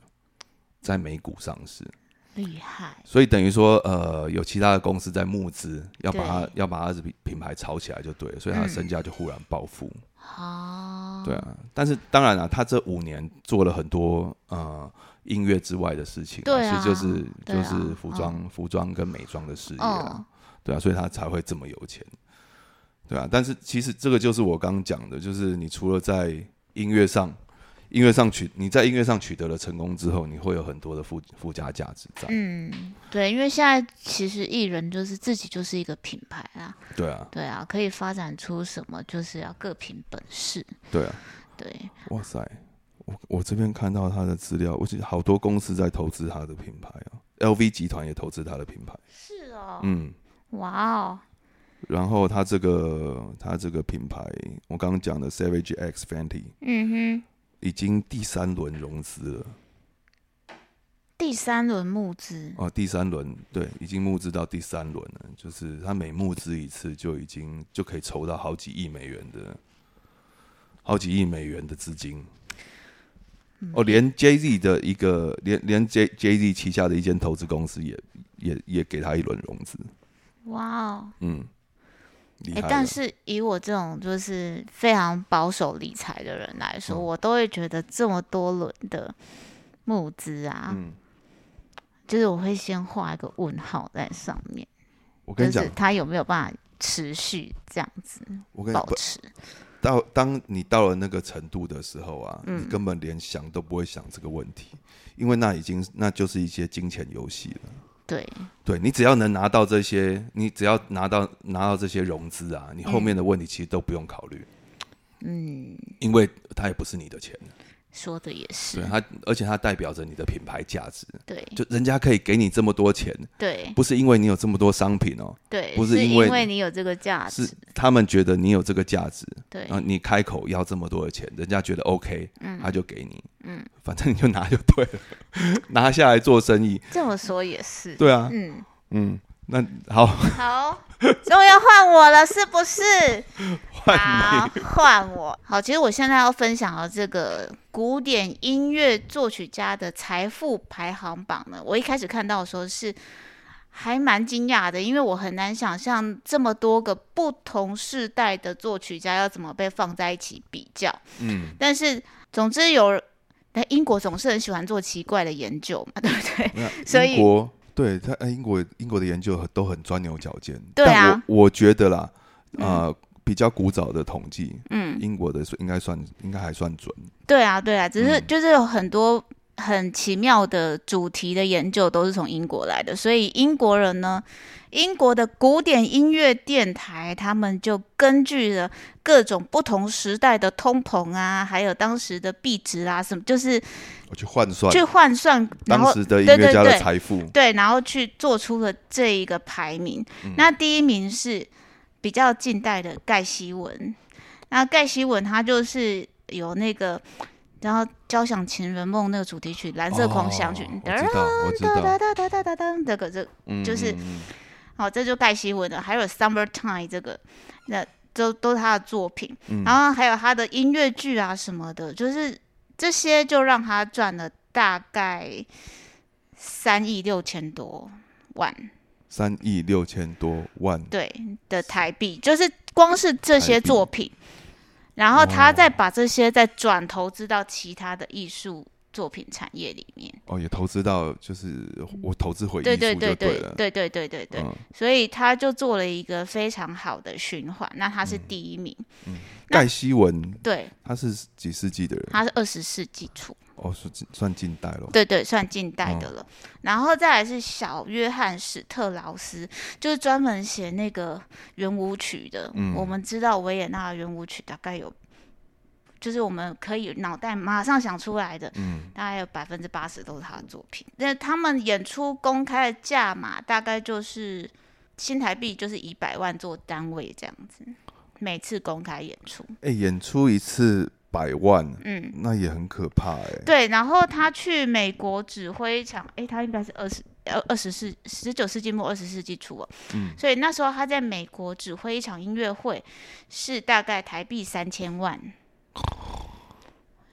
Speaker 1: 在美股上市，
Speaker 2: 厉害，
Speaker 1: 所以等于说呃有其他的公司在募资，要把它
Speaker 2: 对嗯
Speaker 1: 要把它的品品牌炒起来就对了，所以它的身价就忽然暴富。
Speaker 2: 好，
Speaker 1: 对啊，但是当然了、他这五年做了很多呃音乐之外的事情、
Speaker 2: 对啊
Speaker 1: 其实就是、
Speaker 2: 对
Speaker 1: 就
Speaker 2: 啊
Speaker 1: 是服装、服装跟美妆的事业啊，
Speaker 2: 哦，
Speaker 1: 对啊，所以他才会这么有钱，对啊。但是其实这个就是我刚讲的，就是你除了在音乐上，音乐上取你在音乐上取得了成功之后，你会有很多的附附加价值在，
Speaker 2: 嗯，对，因为现在其实艺人就是自己就是一个品牌啦，
Speaker 1: 对啊，
Speaker 2: 对啊，可以发展出什么，就是要各凭本事。
Speaker 1: 对啊，
Speaker 2: 对，
Speaker 1: 哇塞。我我这边看到他的资料，我记得好多公司在投资他的品牌啊，LV 集团也投资他的品牌，
Speaker 2: 是哦，
Speaker 1: 嗯，
Speaker 2: 哇哦，
Speaker 1: 然后它这个它这个品牌，我刚刚讲的 Savage X Fenty
Speaker 2: 嗯哼，
Speaker 1: 已经第三轮融资了
Speaker 2: 第三轮募资，
Speaker 1: 哦，第三轮对，已经募资到第三轮了，就是它每募资一次就已经就可以筹到好几亿美元的，好几亿美元的资金。
Speaker 2: 嗯
Speaker 1: 哦，连 Jay Z 的一个连连 J Jay Z 旗下的一间投资公司也也也给他一轮融资，
Speaker 2: 哇哦，
Speaker 1: 嗯，厉害
Speaker 2: 哎、
Speaker 1: 了、
Speaker 2: 但是以我这种就是非常保守理财的人来说，
Speaker 1: 嗯
Speaker 2: 我都会觉得这么多轮的募资啊，
Speaker 1: 嗯，
Speaker 2: 就是我会先画一个问号在上面，
Speaker 1: 我跟
Speaker 2: 就
Speaker 1: 你讲
Speaker 2: 是，它有没有办法持续这样子
Speaker 1: 我跟你
Speaker 2: 保
Speaker 1: 不
Speaker 2: 持？
Speaker 1: 到当你到了那个程度的时候啊，你根本连想都不会想这个问题，因为那已经那就是一些金钱游戏了。
Speaker 2: 对，
Speaker 1: 对你只要能拿到这些，你只要拿到拿到这些融资啊，你后面的问题其实都不用考虑，
Speaker 2: 嗯，
Speaker 1: 因为它也不是你的钱。
Speaker 2: 说的也
Speaker 1: 对
Speaker 2: 是，
Speaker 1: 它，而且它代表着你的品牌价值。
Speaker 2: 对
Speaker 1: 就人家可以给你这么多钱，
Speaker 2: 对
Speaker 1: 不是因为你有这么多商品哦，
Speaker 2: 对，
Speaker 1: 不是
Speaker 2: 是
Speaker 1: 因
Speaker 2: 因
Speaker 1: 为
Speaker 2: 为你有这个价值
Speaker 1: 是，啊他们觉得你有这个价值，
Speaker 2: 对
Speaker 1: 然后你开口要这么多的钱，人家觉得 OK，
Speaker 2: 嗯
Speaker 1: 他就给你，
Speaker 2: 嗯，
Speaker 1: 反正你就拿就对了， 拿下来做生意，
Speaker 2: 这么说也是，
Speaker 1: 对啊，
Speaker 2: 嗯，
Speaker 1: 嗯，那好
Speaker 2: 好，终于要换我了，是不是？
Speaker 1: 换
Speaker 2: 好，换我。好，其实我现在要分享的这个古典音乐作曲家的财富排行榜呢，我一开始看到的时候是还蛮惊讶的，因为我很难想象这么多个不同世代的作曲家要怎么被放在一起比较。
Speaker 1: 你，嗯，
Speaker 2: 但是总之有，但英国总是很喜欢做奇怪的研究嘛，对不对？
Speaker 1: 那
Speaker 2: 所以
Speaker 1: 英国对他呃英国英国的研究很都很钻牛角尖，
Speaker 2: 对啊
Speaker 1: 但我我觉得啦，呃，比较古早的统计，
Speaker 2: 嗯，
Speaker 1: 英国的是应该算应该还算准，
Speaker 2: 对啊，对啊，只是
Speaker 1: 嗯
Speaker 2: 就是有很多很奇妙的主题的研究都是从英国来的，所以英国人呢，英国的古典音乐电台，他们就根据了各种不同时代的通膨啊，还有当时的币值啊，什么就是
Speaker 1: 我去换算
Speaker 2: 去换算，然
Speaker 1: 当
Speaker 2: 后
Speaker 1: 时的音
Speaker 2: 对
Speaker 1: 乐
Speaker 2: 对
Speaker 1: 家的
Speaker 2: 对
Speaker 1: 财富，
Speaker 2: 对，然后去做出了这一个排名。
Speaker 1: 嗯
Speaker 2: 那第一名是比较近代的盖希文，那盖希文他就是有那个，然后《交响情人梦》那个主题曲《蓝色狂想曲嗯
Speaker 1: 哦》我知道，我知
Speaker 2: 哒哒
Speaker 1: 道，
Speaker 2: 哒哒哒哒哒，这个这个
Speaker 1: 嗯
Speaker 2: 就是
Speaker 1: 嗯嗯
Speaker 2: 哦，这就盖希文的，还有《Summertime》这个，那都都是他的作品，
Speaker 1: 嗯
Speaker 2: 然后还有他的音乐剧啊什么的，就是这些就让他赚了大概三亿六千多万
Speaker 1: 三亿六千多万，
Speaker 2: 对的台币，就是光是这些作品，然后他再把这些再转投资到其他的艺术作品产业里面，
Speaker 1: 哦，也投资到就是我投资回艺
Speaker 2: 嗯
Speaker 1: 术
Speaker 2: 对
Speaker 1: 就
Speaker 2: 对对对
Speaker 1: 了，
Speaker 2: 对对对对对，
Speaker 1: 嗯，
Speaker 2: 所以他就做了一个非常好的循环，那他是
Speaker 1: 嗯
Speaker 2: 第一名，那
Speaker 1: 盖希文
Speaker 2: 对，
Speaker 1: 他是几世纪的人，
Speaker 2: 他是二十世纪初，
Speaker 1: 哦，是算近代咯。
Speaker 2: 对对，算近代的了。然后再来是小约翰史特劳斯，就是专门写那个圆舞曲的。
Speaker 1: 嗯
Speaker 2: 我们知道维也纳的圆舞曲大概有，就是我们可以脑袋马上想出来的，
Speaker 1: 嗯，
Speaker 2: 大概有百分之八十都是他的作品。那他们演出公开的价码大概就是新台币，就是以百万做单位这样子，每次公开演出。
Speaker 1: 哎、演出一次百万，
Speaker 2: 嗯，
Speaker 1: 那也很可怕哎、
Speaker 2: 对，然后他去美国指挥一场，诶，他应该是二十呃二十世十九世纪末二十世纪初哦，
Speaker 1: 嗯
Speaker 2: 所以那时候他在美国指挥一场音乐会，是大概台币三千万，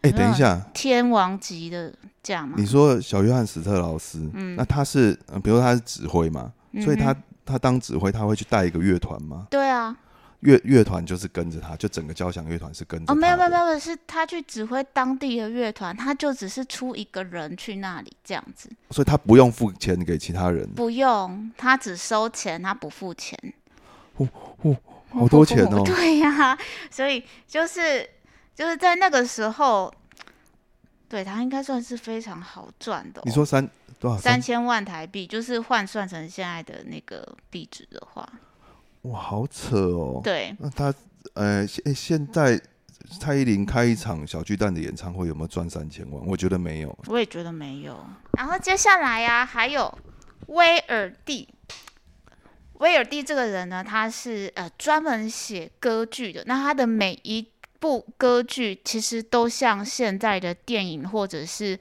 Speaker 1: 哎、等一下，
Speaker 2: 天王级的价嘛
Speaker 1: 你，说小约翰史特劳斯，
Speaker 2: 嗯
Speaker 1: 那他是，呃比如说他是指挥嘛，所以他他当指挥，他会去带一个乐团吗？
Speaker 2: 对啊，
Speaker 1: 乐乐团就是跟着他，就整个交响乐团是跟着他
Speaker 2: 哦，没有没有没
Speaker 1: 有，
Speaker 2: 有，是他去指挥当地的乐团，他就只是出一个人去那里这样子，
Speaker 1: 所以他不用付钱给其他人，
Speaker 2: 不用，他只收钱，他不付钱。。
Speaker 1: 好多钱哦
Speaker 2: 对呀、所以就是就是在那个时候，对他应该算是非常好赚的哦、
Speaker 1: 你说三多少？
Speaker 2: 三千万台币，就是换算成现在的那个币值的话，
Speaker 1: 哇，好扯哦。
Speaker 2: 对，
Speaker 1: 那他呃，现、诶现在蔡依林开一场小巨蛋的演唱会有没有赚三千万？我觉得没有。
Speaker 2: 我也觉得没有。然后接下来呀、还有威尔第。威尔第这个人呢，他是呃专门写歌剧的。那他的每一部歌剧其实都像现在的电影或者是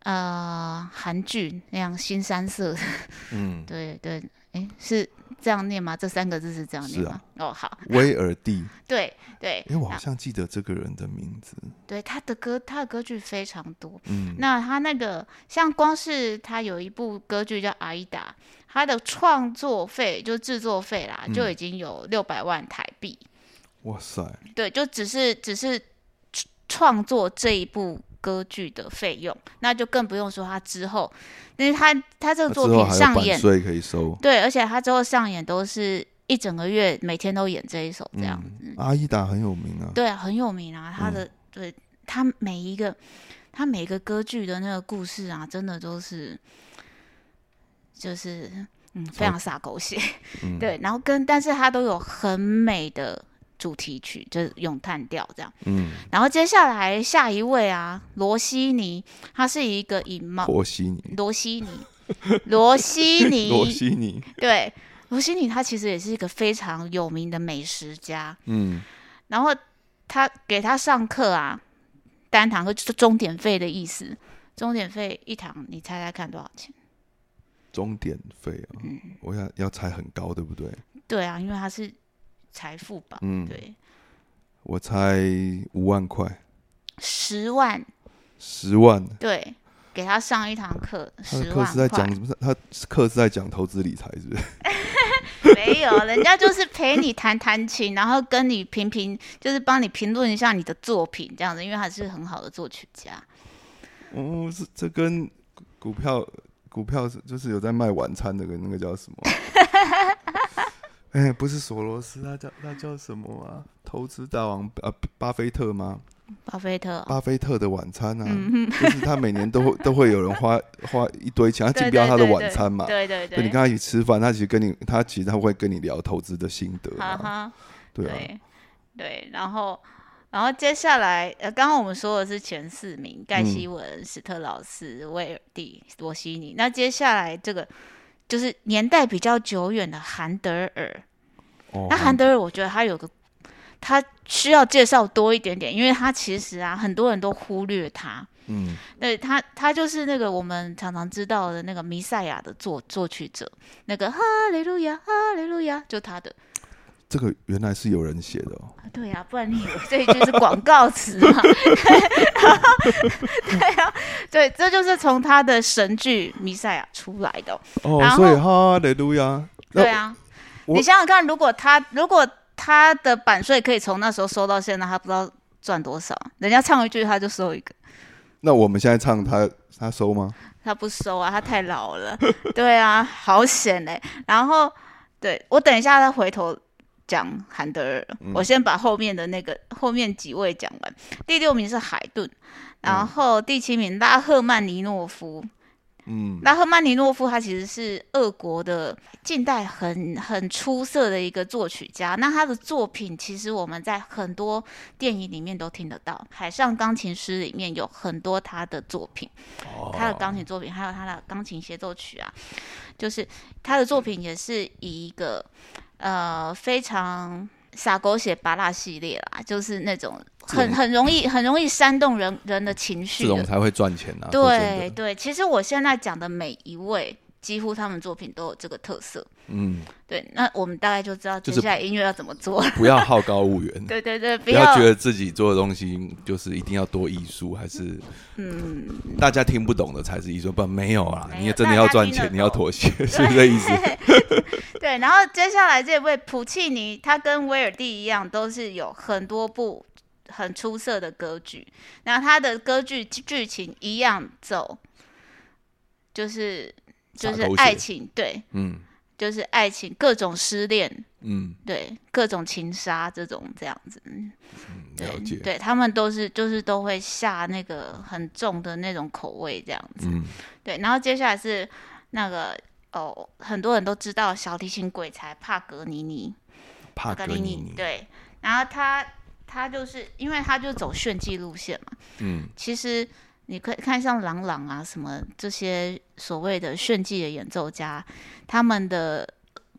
Speaker 2: 呃韩剧那样新三色的。
Speaker 1: 嗯，
Speaker 2: 对对，诶，是这样念吗？这三个字是这样念
Speaker 1: 是
Speaker 2: 吗
Speaker 1: 啊？
Speaker 2: 哦，好，
Speaker 1: 威尔第，
Speaker 2: 对对
Speaker 1: 哎、我好像记得这个人的名字。
Speaker 2: 对，他的歌他的歌剧非常多。
Speaker 1: 嗯，
Speaker 2: 那他那个像光是他有一部歌剧叫《阿依达》，他的创作费就制作费啦，就
Speaker 1: 嗯
Speaker 2: 已经有六百万台币。
Speaker 1: 哇塞，
Speaker 2: 对，就只是只是创作这一部歌剧的费用，那就更不用说他之后，但是他他这个
Speaker 1: 那之
Speaker 2: 作
Speaker 1: 后
Speaker 2: 品
Speaker 1: 还有
Speaker 2: 上演
Speaker 1: 版，税可以收。
Speaker 2: 对，而且他之后上演都是一整个月，每天都演这一首这
Speaker 1: 嗯
Speaker 2: 样子。嗯
Speaker 1: 阿依达很有名啊。
Speaker 2: 对啊，很有名啊，他
Speaker 1: 嗯
Speaker 2: 的、对他每一个他每一个歌剧的那个故事啊，真的都是就是嗯非
Speaker 1: 超
Speaker 2: 常洒狗血，
Speaker 1: 嗯
Speaker 2: 对，然后跟但是他都有很美的主题曲，就是咏叹调这样。
Speaker 1: 嗯，
Speaker 2: 然后接下来下一位啊，罗西尼，他是一个以毛
Speaker 1: 和稀泥，
Speaker 2: 罗西尼，罗西
Speaker 1: 罗
Speaker 2: 尼，
Speaker 1: 西尼，
Speaker 2: 对，罗西尼他其实也是一个非常有名的美食家。
Speaker 1: 嗯，
Speaker 2: 然后他给他上课啊，单堂课就是钟点费的意思。钟点费一堂，你猜猜看多少钱？
Speaker 1: 钟点费啊，
Speaker 2: 嗯
Speaker 1: 我要要猜很高，对不对？
Speaker 2: 对啊，因为他是财富榜，
Speaker 1: 嗯，
Speaker 2: 对，
Speaker 1: 我猜五万块，
Speaker 2: 十万，
Speaker 1: 十万。
Speaker 2: 对，给他上一堂课，
Speaker 1: 他的
Speaker 2: 十
Speaker 1: 课是在
Speaker 2: 万
Speaker 1: 讲
Speaker 2: 块，
Speaker 1: 什么？他课是在讲投资理财，是不是？
Speaker 2: 没有，人家就是陪你弹弹琴，然后跟你评评，就是帮你评论一下你的作品这样子，因为他是很好的作曲家。
Speaker 1: 哦，是这跟股股票股票是就是有在卖晚餐那个那个叫什么？哎、不是索罗斯，那叫那叫什么啊？投资大王啊，巴菲特吗？
Speaker 2: 巴菲特，
Speaker 1: 巴菲特的晚餐啊，就是他每年都会都会有人花花一堆钱，他竞标他的晚餐嘛。
Speaker 2: 对对
Speaker 1: 对，你
Speaker 2: 对，
Speaker 1: 跟他一起吃饭，他其实跟你，他其实他会跟你聊投资的心得
Speaker 2: 哈
Speaker 1: 啊，
Speaker 2: 哈。
Speaker 1: 对啊，
Speaker 2: 对对，然后然后接下来，呃，刚刚我们说的是前四名：盖希
Speaker 1: 嗯
Speaker 2: 文、史特劳斯、威尔第、罗西尼。那接下来这个就是年代比较久远的韩德尔。
Speaker 1: 哦
Speaker 2: 那韩德尔，我觉得他有个他需要介绍多一点点，因为他其实啊，很多人都忽略他。
Speaker 1: 嗯
Speaker 2: 对他，他就是那个我们常常知道的那个弥赛亚的作作曲者，那个哈利路亚，哈利路亚，就他的。
Speaker 1: 这个原来是有人写的、哦，
Speaker 2: 对呀、不然你以为这一句是广告词嘛？啊对啊，对，这就是从他的神剧《弥赛亚》出来的哦、
Speaker 1: 哦
Speaker 2: 然，后
Speaker 1: 所以哈雷路亚，那
Speaker 2: 对啊，
Speaker 1: 我
Speaker 2: 你想想看，如果他如果他的版税可以从那时候收到现在，他不知道赚多少，人家唱一句他就收一个，
Speaker 1: 那我们现在唱他他收吗？
Speaker 2: 他不收啊，他太老了。对啊，好险哎、然后，对我等一下再回头讲韩德尔，我先把后面的那个后面几位讲完。第六名是海顿，然后第七名拉赫曼尼诺夫。
Speaker 1: 嗯，
Speaker 2: 拉赫曼尼诺夫他其实是俄国的近代很很出色的一个作曲家。那他的作品其实我们在很多电影里面都听得到，《海上钢琴师》里面有很多他的作品。他的钢琴作品，还有他的钢琴协奏曲啊，就是他的作品也是以一个呃非常洒狗血拔辣系列啦，就是那种很
Speaker 1: 这种
Speaker 2: 很容易很容易煽动人人的情绪
Speaker 1: 这种
Speaker 2: 的。
Speaker 1: 才会赚钱啊，说真
Speaker 2: 对
Speaker 1: 的，
Speaker 2: 对，其实我现在讲的每一位，几乎他们作品都有这个特色。
Speaker 1: 嗯，
Speaker 2: 对，那我们大概就知道接
Speaker 1: 就是
Speaker 2: 下来音乐要怎么做了。
Speaker 1: 不要好高骛远，
Speaker 2: 对对对，
Speaker 1: 不
Speaker 2: 不
Speaker 1: 要
Speaker 2: 要
Speaker 1: 觉得自己做的东西就是一定要多艺术，还是嗯，大家听不懂的才是艺术，不没有啊
Speaker 2: 没，有
Speaker 1: 你也真的要赚
Speaker 2: 大家听得
Speaker 1: 钱，
Speaker 2: 懂
Speaker 1: 你要 妥协，是这意思？
Speaker 2: 对，然后接下来这位普契尼，他跟威尔第一样，都是有很多部很出色的歌剧。那他的歌剧剧剧情一样走，就是就是
Speaker 1: 洒狗血
Speaker 2: 爱情，对，
Speaker 1: 嗯
Speaker 2: 就是爱情，各种失恋，
Speaker 1: 嗯，
Speaker 2: 对，各种情杀这种这样子。
Speaker 1: 嗯
Speaker 2: 对
Speaker 1: 了解，
Speaker 2: 对他们都是就是都会下那个很重的那种口味这样子。
Speaker 1: 嗯，
Speaker 2: 对，然后接下来是那个哦，很多人都知道小提琴鬼才帕格尼尼，
Speaker 1: 帕
Speaker 2: 格
Speaker 1: 格
Speaker 2: 尼尼
Speaker 1: 尼尼，
Speaker 2: 对，然后他他就是因为他就走炫技路线嘛，
Speaker 1: 嗯，
Speaker 2: 其实你可以看像郎朗啊什么这些所谓的炫技的演奏家，他们的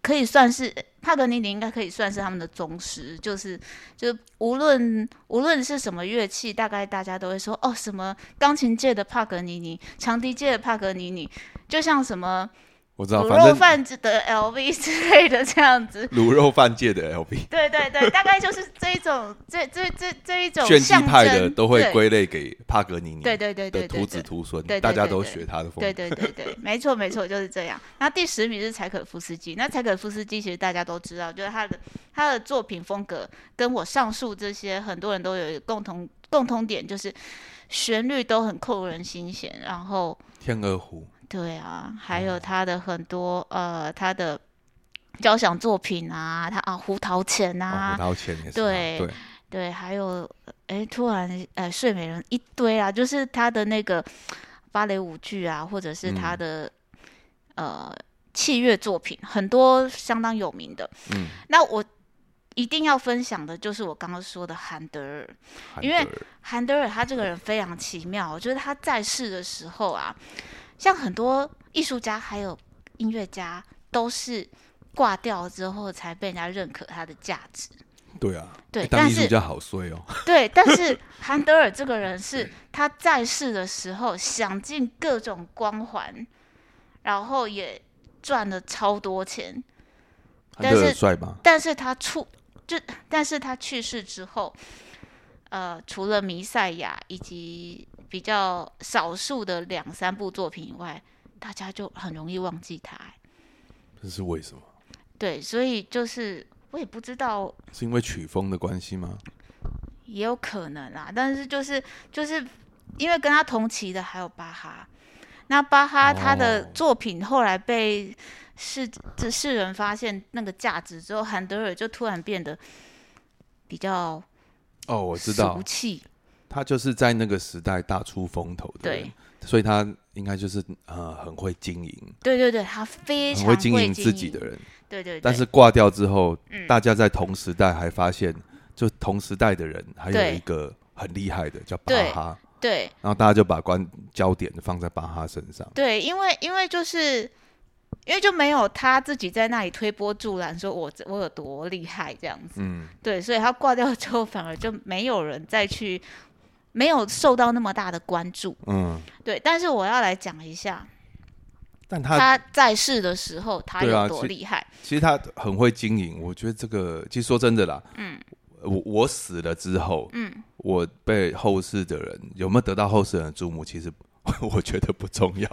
Speaker 2: 可以算是帕格尼尼应该可以算是他们的宗师，就是就是无论无论是什么乐器，大概大家都会说哦什么钢琴界的帕格尼尼，长笛界的帕格尼尼，就像什么
Speaker 1: 我知道，
Speaker 2: 卤
Speaker 1: 啊反
Speaker 2: 肉
Speaker 1: 正
Speaker 2: 贩子的 LV 之类的这样子。
Speaker 1: 卤肉饭界的 LV。
Speaker 2: 对对对，大概就是这一种，这这这这一种
Speaker 1: 炫技
Speaker 2: 象
Speaker 1: 派的
Speaker 2: 征
Speaker 1: 都会
Speaker 2: 对
Speaker 1: 归类给帕格尼尼
Speaker 2: 对对对对
Speaker 1: 的
Speaker 2: 对
Speaker 1: 徒子
Speaker 2: 对
Speaker 1: 徒孙
Speaker 2: 对对，
Speaker 1: 大家
Speaker 2: 对
Speaker 1: 都
Speaker 2: 对
Speaker 1: 学他的风
Speaker 2: 对
Speaker 1: 格。
Speaker 2: 对对对，没错没错，就是这样。那第十名是柴可夫斯基，那柴可夫斯基其实大家都知道，就是他的他的作品风格跟我上述这些很多人都有一个共同共通点，就是旋律都很扣人心弦，然后
Speaker 1: 天鹅湖，
Speaker 2: 对啊，还
Speaker 1: 哦
Speaker 2: 有他的很多呃他的交响作品啊，他啊胡桃钳
Speaker 1: 哦，
Speaker 2: 啊
Speaker 1: 胡，桃钳也是他。
Speaker 2: 对
Speaker 1: 对，
Speaker 2: 对，还有，哎，突然，呃，睡美人一堆啊，就是他的那个芭蕾舞剧啊，或者是他的、呃器乐作品，很多相当有名的。
Speaker 1: 嗯
Speaker 2: 那我一定要分享的就是我刚刚说的韩德尔。
Speaker 1: 韩
Speaker 2: 因为
Speaker 1: 德尔
Speaker 2: 韩德尔他这个人非常奇妙，我觉得他在世的时候啊，像很多艺术家还有音乐家都是挂掉之后才被人家认可他的价值。
Speaker 1: 对啊，
Speaker 2: 对
Speaker 1: 欸
Speaker 2: 但
Speaker 1: 当艺术
Speaker 2: 是
Speaker 1: 家好衰哦，
Speaker 2: 对，但是韩德尔这个人是他在世的时候想尽各种光环，然后也赚了超多钱，
Speaker 1: 韩
Speaker 2: 但是
Speaker 1: 德尔帅吗？
Speaker 2: 但是他出就，但是他去世之后，呃，除了《弥赛亚》以及比较少数的两三部作品以外，大家就很容易忘记他欸。
Speaker 1: 这是为什么？
Speaker 2: 对，所以就是我也不知道，
Speaker 1: 是因为曲风的关系吗？
Speaker 2: 也有可能啊，但是就是就是因为跟他同期的还有巴哈。那巴哈他的
Speaker 1: 哦
Speaker 2: 作品后来被世这世人发现那个价值之后，韩德尔就突然变得比较
Speaker 1: 哦，我知道
Speaker 2: 俗，气，
Speaker 1: 他就是在那个时代大出风头的人，所以他应该就是呃很会经营，
Speaker 2: 对对对，他非
Speaker 1: 很
Speaker 2: 常
Speaker 1: 会
Speaker 2: 会
Speaker 1: 经营自己的
Speaker 2: 经营，
Speaker 1: 人。
Speaker 2: 对对对。
Speaker 1: 但是挂掉之后，
Speaker 2: 嗯
Speaker 1: 大家在同时代还发现，就同时代的人还有
Speaker 2: 对
Speaker 1: 一个很厉害的叫巴
Speaker 2: 对
Speaker 1: 哈，
Speaker 2: 对
Speaker 1: 然后大家就把关焦点放在巴哈身上。
Speaker 2: 对，因为因为就是因为就没有他自己在那里推波助澜，说我我有多厉害这样子，
Speaker 1: 嗯，
Speaker 2: 对，所以他挂掉之后，反而就没有人再去，没有受到那么大的关注，
Speaker 1: 嗯，
Speaker 2: 对。但是我要来讲一下
Speaker 1: 但他
Speaker 2: 他在世的时候他
Speaker 1: 对啊
Speaker 2: 有多
Speaker 1: 其
Speaker 2: 厉害，
Speaker 1: 其实他很会经营，我觉得这个其实说真的啦，嗯，我我死了之后，嗯，我被后世的人有没有得到后世人的注目，其实 我觉得不重 要。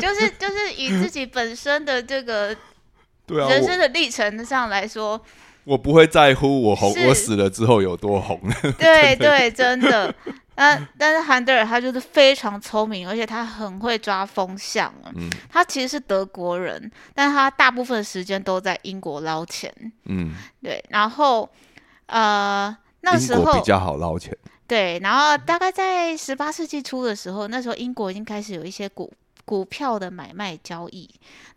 Speaker 2: 就是就是以自己本身的这个
Speaker 1: 对啊，
Speaker 2: 人生
Speaker 1: 我
Speaker 2: 的历程上来说，
Speaker 1: 我不会在乎我红
Speaker 2: 是
Speaker 1: 我死了之后有多红。
Speaker 2: 对对，真的。但但是韩德尔他就是非常聪明，而且他很会抓风向。啊
Speaker 1: 嗯
Speaker 2: 他其实是德国人，但他大部分时间都在英国捞钱。
Speaker 1: 嗯，
Speaker 2: 对，然后呃那
Speaker 1: 英
Speaker 2: 时
Speaker 1: 国比
Speaker 2: 候
Speaker 1: 较好捞钱。
Speaker 2: 对，然后大概在十八世纪初的时候，那时候英国已经开始有一些股股票的买卖交易，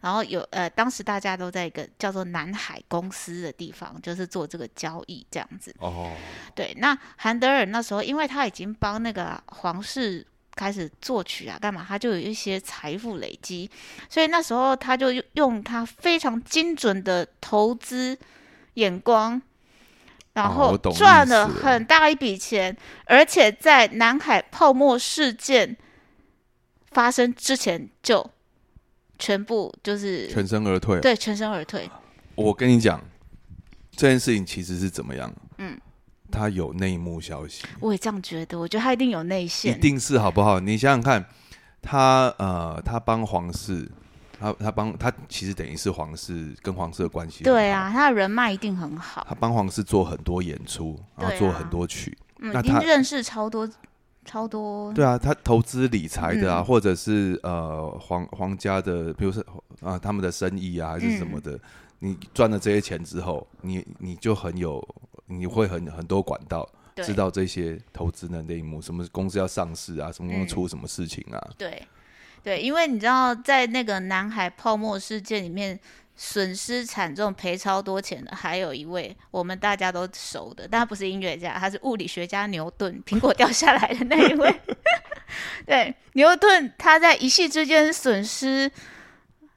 Speaker 2: 然后有呃，当时大家都在一个叫做南海公司的地方，就是做这个交易这样子。
Speaker 1: 哦，
Speaker 2: 对，那韩德尔那时候，因为他已经帮那个皇室开始作曲啊，干嘛，他就有一些财富累积，所以那时候他就用用他非常精准的投资眼光，
Speaker 1: 哦
Speaker 2: 然
Speaker 1: 我
Speaker 2: 后
Speaker 1: 懂
Speaker 2: 赚
Speaker 1: 意
Speaker 2: 了
Speaker 1: 思
Speaker 2: 很大一笔钱，而且在南海泡沫事件发生之前就全部就是
Speaker 1: 全身而退。
Speaker 2: 对全身而退，
Speaker 1: 我跟你讲，这件事情其实是怎么样？嗯，他有内幕消息。
Speaker 2: 我也这样觉得，我觉得他一定有内
Speaker 1: 一
Speaker 2: 线，
Speaker 1: 定是好不好？你想想看，他呃，他帮皇室，他他帮他其实等于是皇室跟皇室的关系。
Speaker 2: 对，啊，他的人脉一定很好。
Speaker 1: 他帮皇室做很多演出，然
Speaker 2: 对
Speaker 1: 后
Speaker 2: 啊
Speaker 1: 做很多曲。
Speaker 2: 嗯，
Speaker 1: 那
Speaker 2: 已经
Speaker 1: 他
Speaker 2: 认识超多超多，
Speaker 1: 对啊，他投资理财
Speaker 2: 嗯
Speaker 1: 的啊，或者是呃皇皇家的，比如说啊、他们的生意啊，还是
Speaker 2: 嗯
Speaker 1: 什么的。你赚了这些钱之后，你你就很有，你会很很多管道
Speaker 2: 对
Speaker 1: 知道这些投资的内幕，什么公司要上市啊，什么公
Speaker 2: 嗯
Speaker 1: 司出什么事情啊。
Speaker 2: 对对，因为你知道，在那个南海泡沫事件里面，损失惨重、赔超多钱的，还有一位我们大家都熟的，但他不是音乐家，他是物理学家牛顿，苹果掉下来的那一位。 对，牛顿他在一夕之间损失。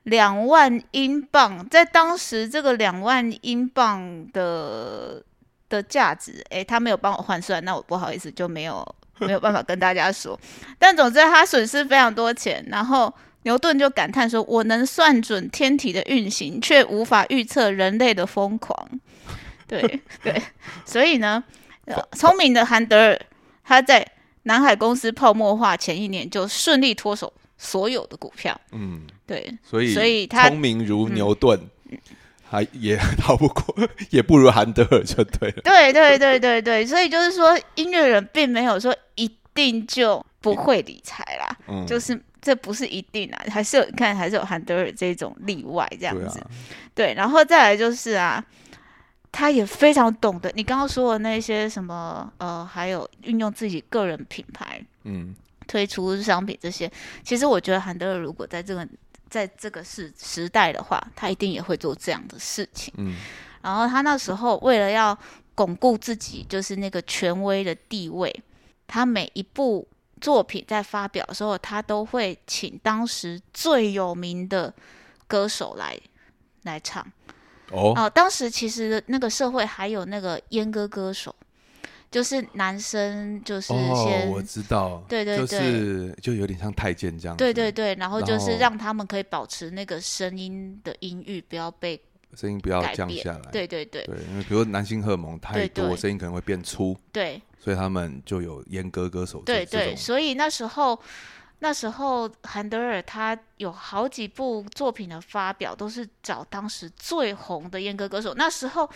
Speaker 2: 两万英镑，在当时这个两万英镑的的价值，诶，他没有帮我换算，那我不好意思就没有没有办法跟大家说。但总之他损失非常多钱，然后牛顿就感叹说：“我能算准天体的运行，却无法预测人类的疯狂。 对”对所以 呢，呃聪明的韩德尔他在南海公司泡沫化前一年就顺利脱手所有的股票。
Speaker 1: 嗯，
Speaker 2: 对
Speaker 1: 所以，
Speaker 2: 所以他嗯
Speaker 1: 聪明如牛顿，还也逃不过， 也不如韩德尔就对 了。
Speaker 2: 对对对对对，所以就是说，音乐人并没有说一定就不会理财啦，
Speaker 1: 嗯，
Speaker 2: 就是这不是一定啊，还是有你看还是有韩德尔这种例外这样
Speaker 1: 对
Speaker 2: 子。
Speaker 1: 啊，
Speaker 2: 对，然后再来就是啊，他也非常懂得你刚刚说的那些什么呃，还有运用自己个人品牌
Speaker 1: 嗯，
Speaker 2: 推出商品这些，其实我觉得韩德尔如果在这个在这个时时代的话，他一定也会做这样的事情。
Speaker 1: 嗯
Speaker 2: 然后他那时候为了要巩固自己就是那个权威的地位，他每一部作品在发表的时候，他都会请当时最有名的歌手来来唱。
Speaker 1: 哦，
Speaker 2: 哦，当时其实那个社会还有那个阉割歌手，就是男生就是
Speaker 1: 哦
Speaker 2: 先、，
Speaker 1: 我知道，
Speaker 2: 对对
Speaker 1: 就是就有点像太监这样子，
Speaker 2: 对对对，然后就
Speaker 1: 然
Speaker 2: 是
Speaker 1: 后
Speaker 2: 让他们可以保持那个声音的音域不要被
Speaker 1: 声音不要
Speaker 2: 改
Speaker 1: 降
Speaker 2: 变
Speaker 1: 下来，
Speaker 2: 对对对
Speaker 1: 对，因为比如说男性荷尔蒙太
Speaker 2: 对对
Speaker 1: 多，声音可能会变粗，
Speaker 2: 对
Speaker 1: 所以他们就有阉割歌手
Speaker 2: 对
Speaker 1: 这这
Speaker 2: 对，
Speaker 1: 种
Speaker 2: 所以那时候那时候韩德尔他有好几部作品的发表都是找当时最红的阉割歌手，那时候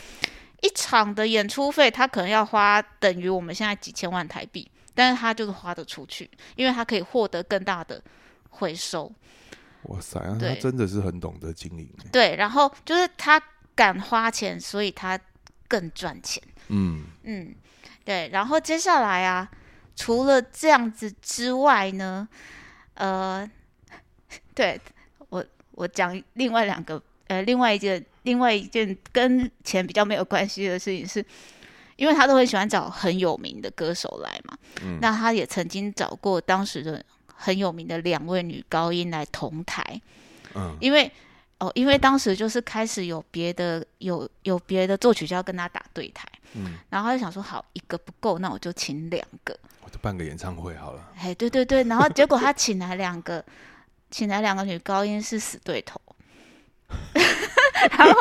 Speaker 2: 一场的演出费他可能要花等于我们现在几千万台币，但是他就是花得出去，因为他可以获得更大的回收。
Speaker 1: 哇塞，那他
Speaker 2: 对
Speaker 1: 真的是很懂得经营欸，
Speaker 2: 对，然后就是他敢花钱，所以他更赚钱。
Speaker 1: 嗯，
Speaker 2: 嗯，对。然后接下来啊，除了这样子之外呢，呃，对我我讲另外两个，呃，另外一件另外一件跟钱比较没有关系的事情是。因为他都很喜欢找很有名的歌手来嘛，
Speaker 1: 嗯
Speaker 2: 那他也曾经找过当时的很有名的两位女高音来同台，
Speaker 1: 嗯，
Speaker 2: 因为哦，因为当时就是开始有别的有有别的作曲家跟他打对台，
Speaker 1: 嗯，
Speaker 2: 然后他就想说好一个不够，那我就请两个，
Speaker 1: 我就办个演唱会好了，
Speaker 2: 哎，对对对，然后结果他请来两个， 请来两个女高音是死对头。 然后，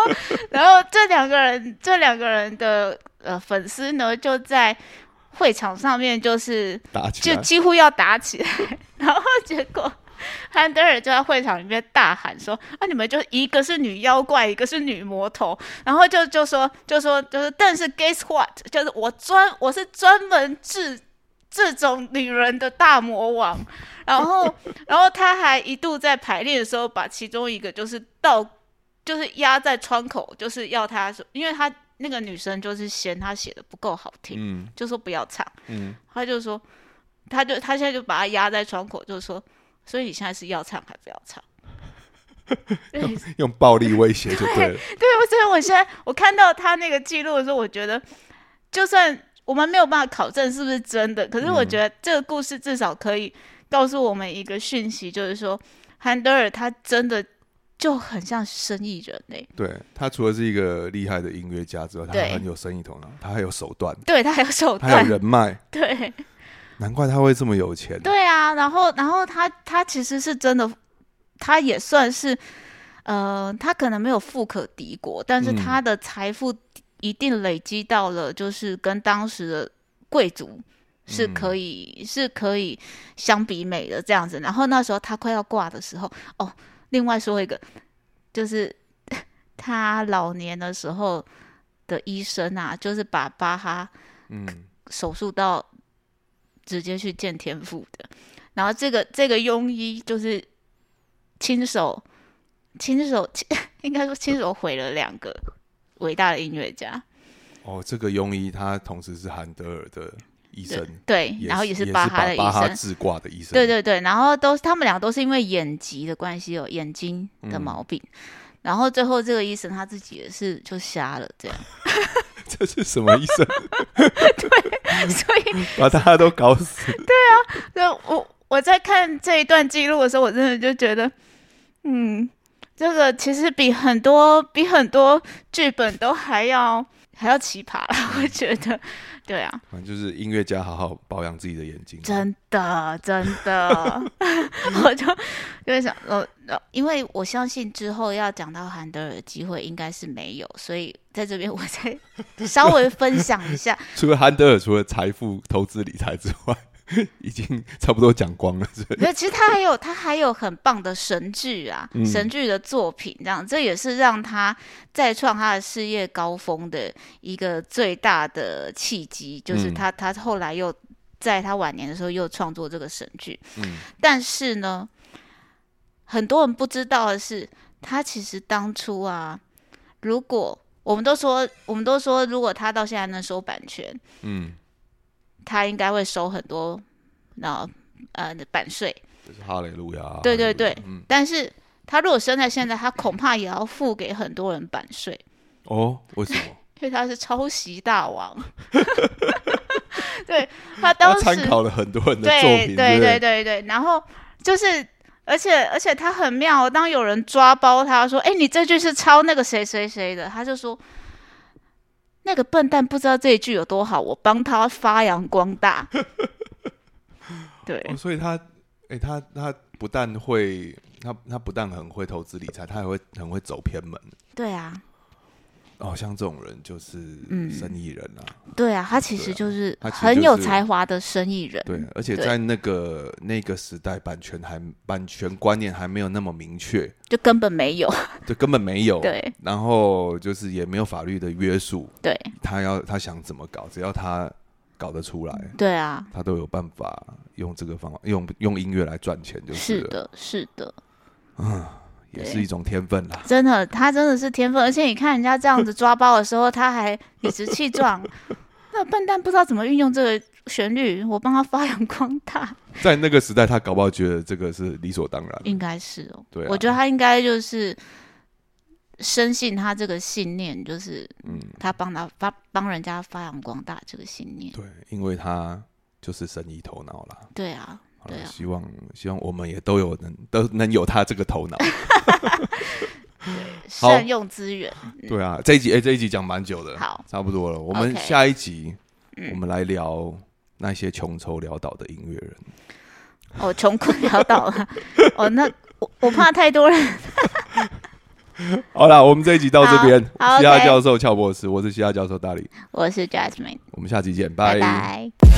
Speaker 2: 然后这两个人，这两个人的呃粉丝呢，就在会场上面就是
Speaker 1: 打起
Speaker 2: 就
Speaker 1: 来，
Speaker 2: 几乎要打起来，然后结果汉德尔就在会场里面大喊说：“啊，你们就一个是女妖怪，一个是女魔头。”然后就就说就说就是，但是 guess what？就是我专我是专门治这种女人的大魔王。然后 然后他还一度在排练的时候把其中一个就是倒就是压在窗口，就是要他说，因为他那个女生就是嫌他写的不够好听，
Speaker 1: 嗯
Speaker 2: 就说不要唱。
Speaker 1: 嗯，
Speaker 2: 他就说，他就他现在就把他压在窗口，就说，所以你现在是要唱还不要唱？ 对，对，
Speaker 1: 用暴力威胁就对
Speaker 2: 所
Speaker 1: 了，
Speaker 2: 以我现在我看到他那个记录的时候，我觉得，就算我们没有办法考证是不是真的，可是
Speaker 1: 嗯
Speaker 2: 我觉得这个故事至少可以告诉我们一个讯息，就是说，韩德尔他真的就很像生意人哎、
Speaker 1: 对他除了是一个厉害的音乐家之外，他
Speaker 2: 对
Speaker 1: 很有生意头脑，他还有手段，
Speaker 2: 对他还有手
Speaker 1: 他还
Speaker 2: 段
Speaker 1: 有，人脉，
Speaker 2: 对。
Speaker 1: 难怪他会这么有钱，
Speaker 2: 对啊，然后然后他他其实是真的，他也算是，呃，他可能没有富可敌国，但是
Speaker 1: 嗯
Speaker 2: 他的财富一定累积到了，就是跟当时的贵族是可
Speaker 1: 嗯
Speaker 2: 以、是可以相比美的这样子。然后那时候他快要挂的时候，哦，另外说一个，就是他老年的时候的医生啊，就是把巴哈。
Speaker 1: 嗯，
Speaker 2: 手术到直接去见天父的。然后这个这个庸医就是亲手亲手 亲应该说亲手毁了两个伟大的音乐家，
Speaker 1: 哦，这个庸医他同时是韩德尔的医
Speaker 2: 对
Speaker 1: 生。
Speaker 2: 对，然后
Speaker 1: 也
Speaker 2: 是
Speaker 1: 是
Speaker 2: 巴
Speaker 1: 哈
Speaker 2: 哈的医
Speaker 1: 巴哈
Speaker 2: 生。
Speaker 1: 自挂的医生，
Speaker 2: 对对对，然后都他们俩都是因为眼疾的关系哦，眼睛的
Speaker 1: 嗯
Speaker 2: 毛病，然后最后这个医生他自己也是就瞎了这样，
Speaker 1: 这是什么医 生？
Speaker 2: 所以
Speaker 1: 把大家都搞死。
Speaker 2: 那我我在看这一段记录的时候，我真的就觉得，嗯，这个其实比很多比很多剧本都还要还要奇葩啦， 我觉得，对啊，
Speaker 1: 反正就是音乐家好好保养自己的眼睛。啊
Speaker 2: 真的真的，我就就会想，呃，呃因为我相信之后要讲到韩德尔的机会应该是没有，所以在这边我再稍微分享一下，
Speaker 1: 除了韩德尔，除了财富、投资、理财之外， 已经差不多讲光了。所 以
Speaker 2: 没有，其实他还有他还有很棒的神剧啊，
Speaker 1: 嗯
Speaker 2: 神剧的作品，这样这也是让他再创他的事业高峰的一个最大的契机，就是
Speaker 1: 嗯
Speaker 2: 他、他后来又在他晚年的时候又创作这个神剧，
Speaker 1: 嗯
Speaker 2: 但是呢，很多人不知道的是，他其实当初啊，如果我们都说我们都说，如果他到现在能收版权，
Speaker 1: 嗯，
Speaker 2: 他应该会收很多那呃版税。
Speaker 1: 就是哈雷路亚。啊
Speaker 2: 对对对
Speaker 1: 哈利路亚嗯，
Speaker 2: 但是他如果生在现在，他恐怕也要付给很多人版税。
Speaker 1: 哦，为什么？
Speaker 2: 因为他是抄袭大王。 对他 当
Speaker 1: 他
Speaker 2: 时
Speaker 1: 参考了很多人的作
Speaker 2: 对
Speaker 1: 品，
Speaker 2: 对
Speaker 1: 不
Speaker 2: 对对对，然后就是，而且而且他很妙哦，当有人抓包他说：“哎，你这句是抄那个谁谁谁的。”他就说：“那个笨蛋不知道这一句有多好，我帮他发扬光 大。”对
Speaker 1: 哦，所以他，哎、他他不但会，他他不但很会投资理财，他还会很会走偏门。
Speaker 2: 对啊，
Speaker 1: 哦，像这种人就是
Speaker 2: 嗯
Speaker 1: 生意人啊，
Speaker 2: 对啊，他其
Speaker 1: 对
Speaker 2: 实
Speaker 1: 啊
Speaker 2: 就是
Speaker 1: 他其实
Speaker 2: 很
Speaker 1: 就
Speaker 2: 有
Speaker 1: 是
Speaker 2: 才华的生意人。
Speaker 1: 对，啊而且
Speaker 2: 嗯对
Speaker 1: 在那个那个时代，版权还版权观念还没有那么明确，
Speaker 2: 就根本没有。
Speaker 1: 这根本没有。
Speaker 2: 对
Speaker 1: 然后就是也没有法律的约束，
Speaker 2: 对
Speaker 1: 他要他想怎么搞，只要他搞得出来，
Speaker 2: 对啊，
Speaker 1: 他都有办法用这个方法，用用音乐来赚钱，就是
Speaker 2: 是
Speaker 1: 了
Speaker 2: 的，是的，
Speaker 1: 也是一种天分啦。
Speaker 2: 真的，他真的是天分。而且你看人家这样子抓包的时候，他还理直气 壮。那笨蛋不知道怎么运用这个旋律，我帮他发扬光大，
Speaker 1: 在那个时代，他搞不好觉得这个是理所当然。
Speaker 2: 应该是哦。
Speaker 1: 嗯对啊
Speaker 2: 我觉得他应该就是深信他这个信念，就是
Speaker 1: 嗯，
Speaker 2: 他帮他发帮人家发扬光大这个信念。
Speaker 1: 对，因为他就是生意头脑啦。
Speaker 2: 对啊，
Speaker 1: 好
Speaker 2: 对
Speaker 1: 了，
Speaker 2: 啊
Speaker 1: 希望希望我们也都有能都能有他这个 头脑。好
Speaker 2: 善用资源。
Speaker 1: 对啊，这一集哎、这一集讲蛮久的，
Speaker 2: 嗯好，
Speaker 1: 差不多了。我们
Speaker 2: OK 嗯
Speaker 1: 下一集我们来聊那些穷愁潦倒的音乐人。
Speaker 2: 哦，穷困潦倒了。哦，那我我怕太多人
Speaker 1: 好啦，我们这一集到这边，
Speaker 2: 好好
Speaker 1: 西亚
Speaker 2: OK
Speaker 1: 教授俏博士，我是西亚教授大理，
Speaker 2: 我是 Jasmine，
Speaker 1: 我们下集见，
Speaker 2: 拜拜。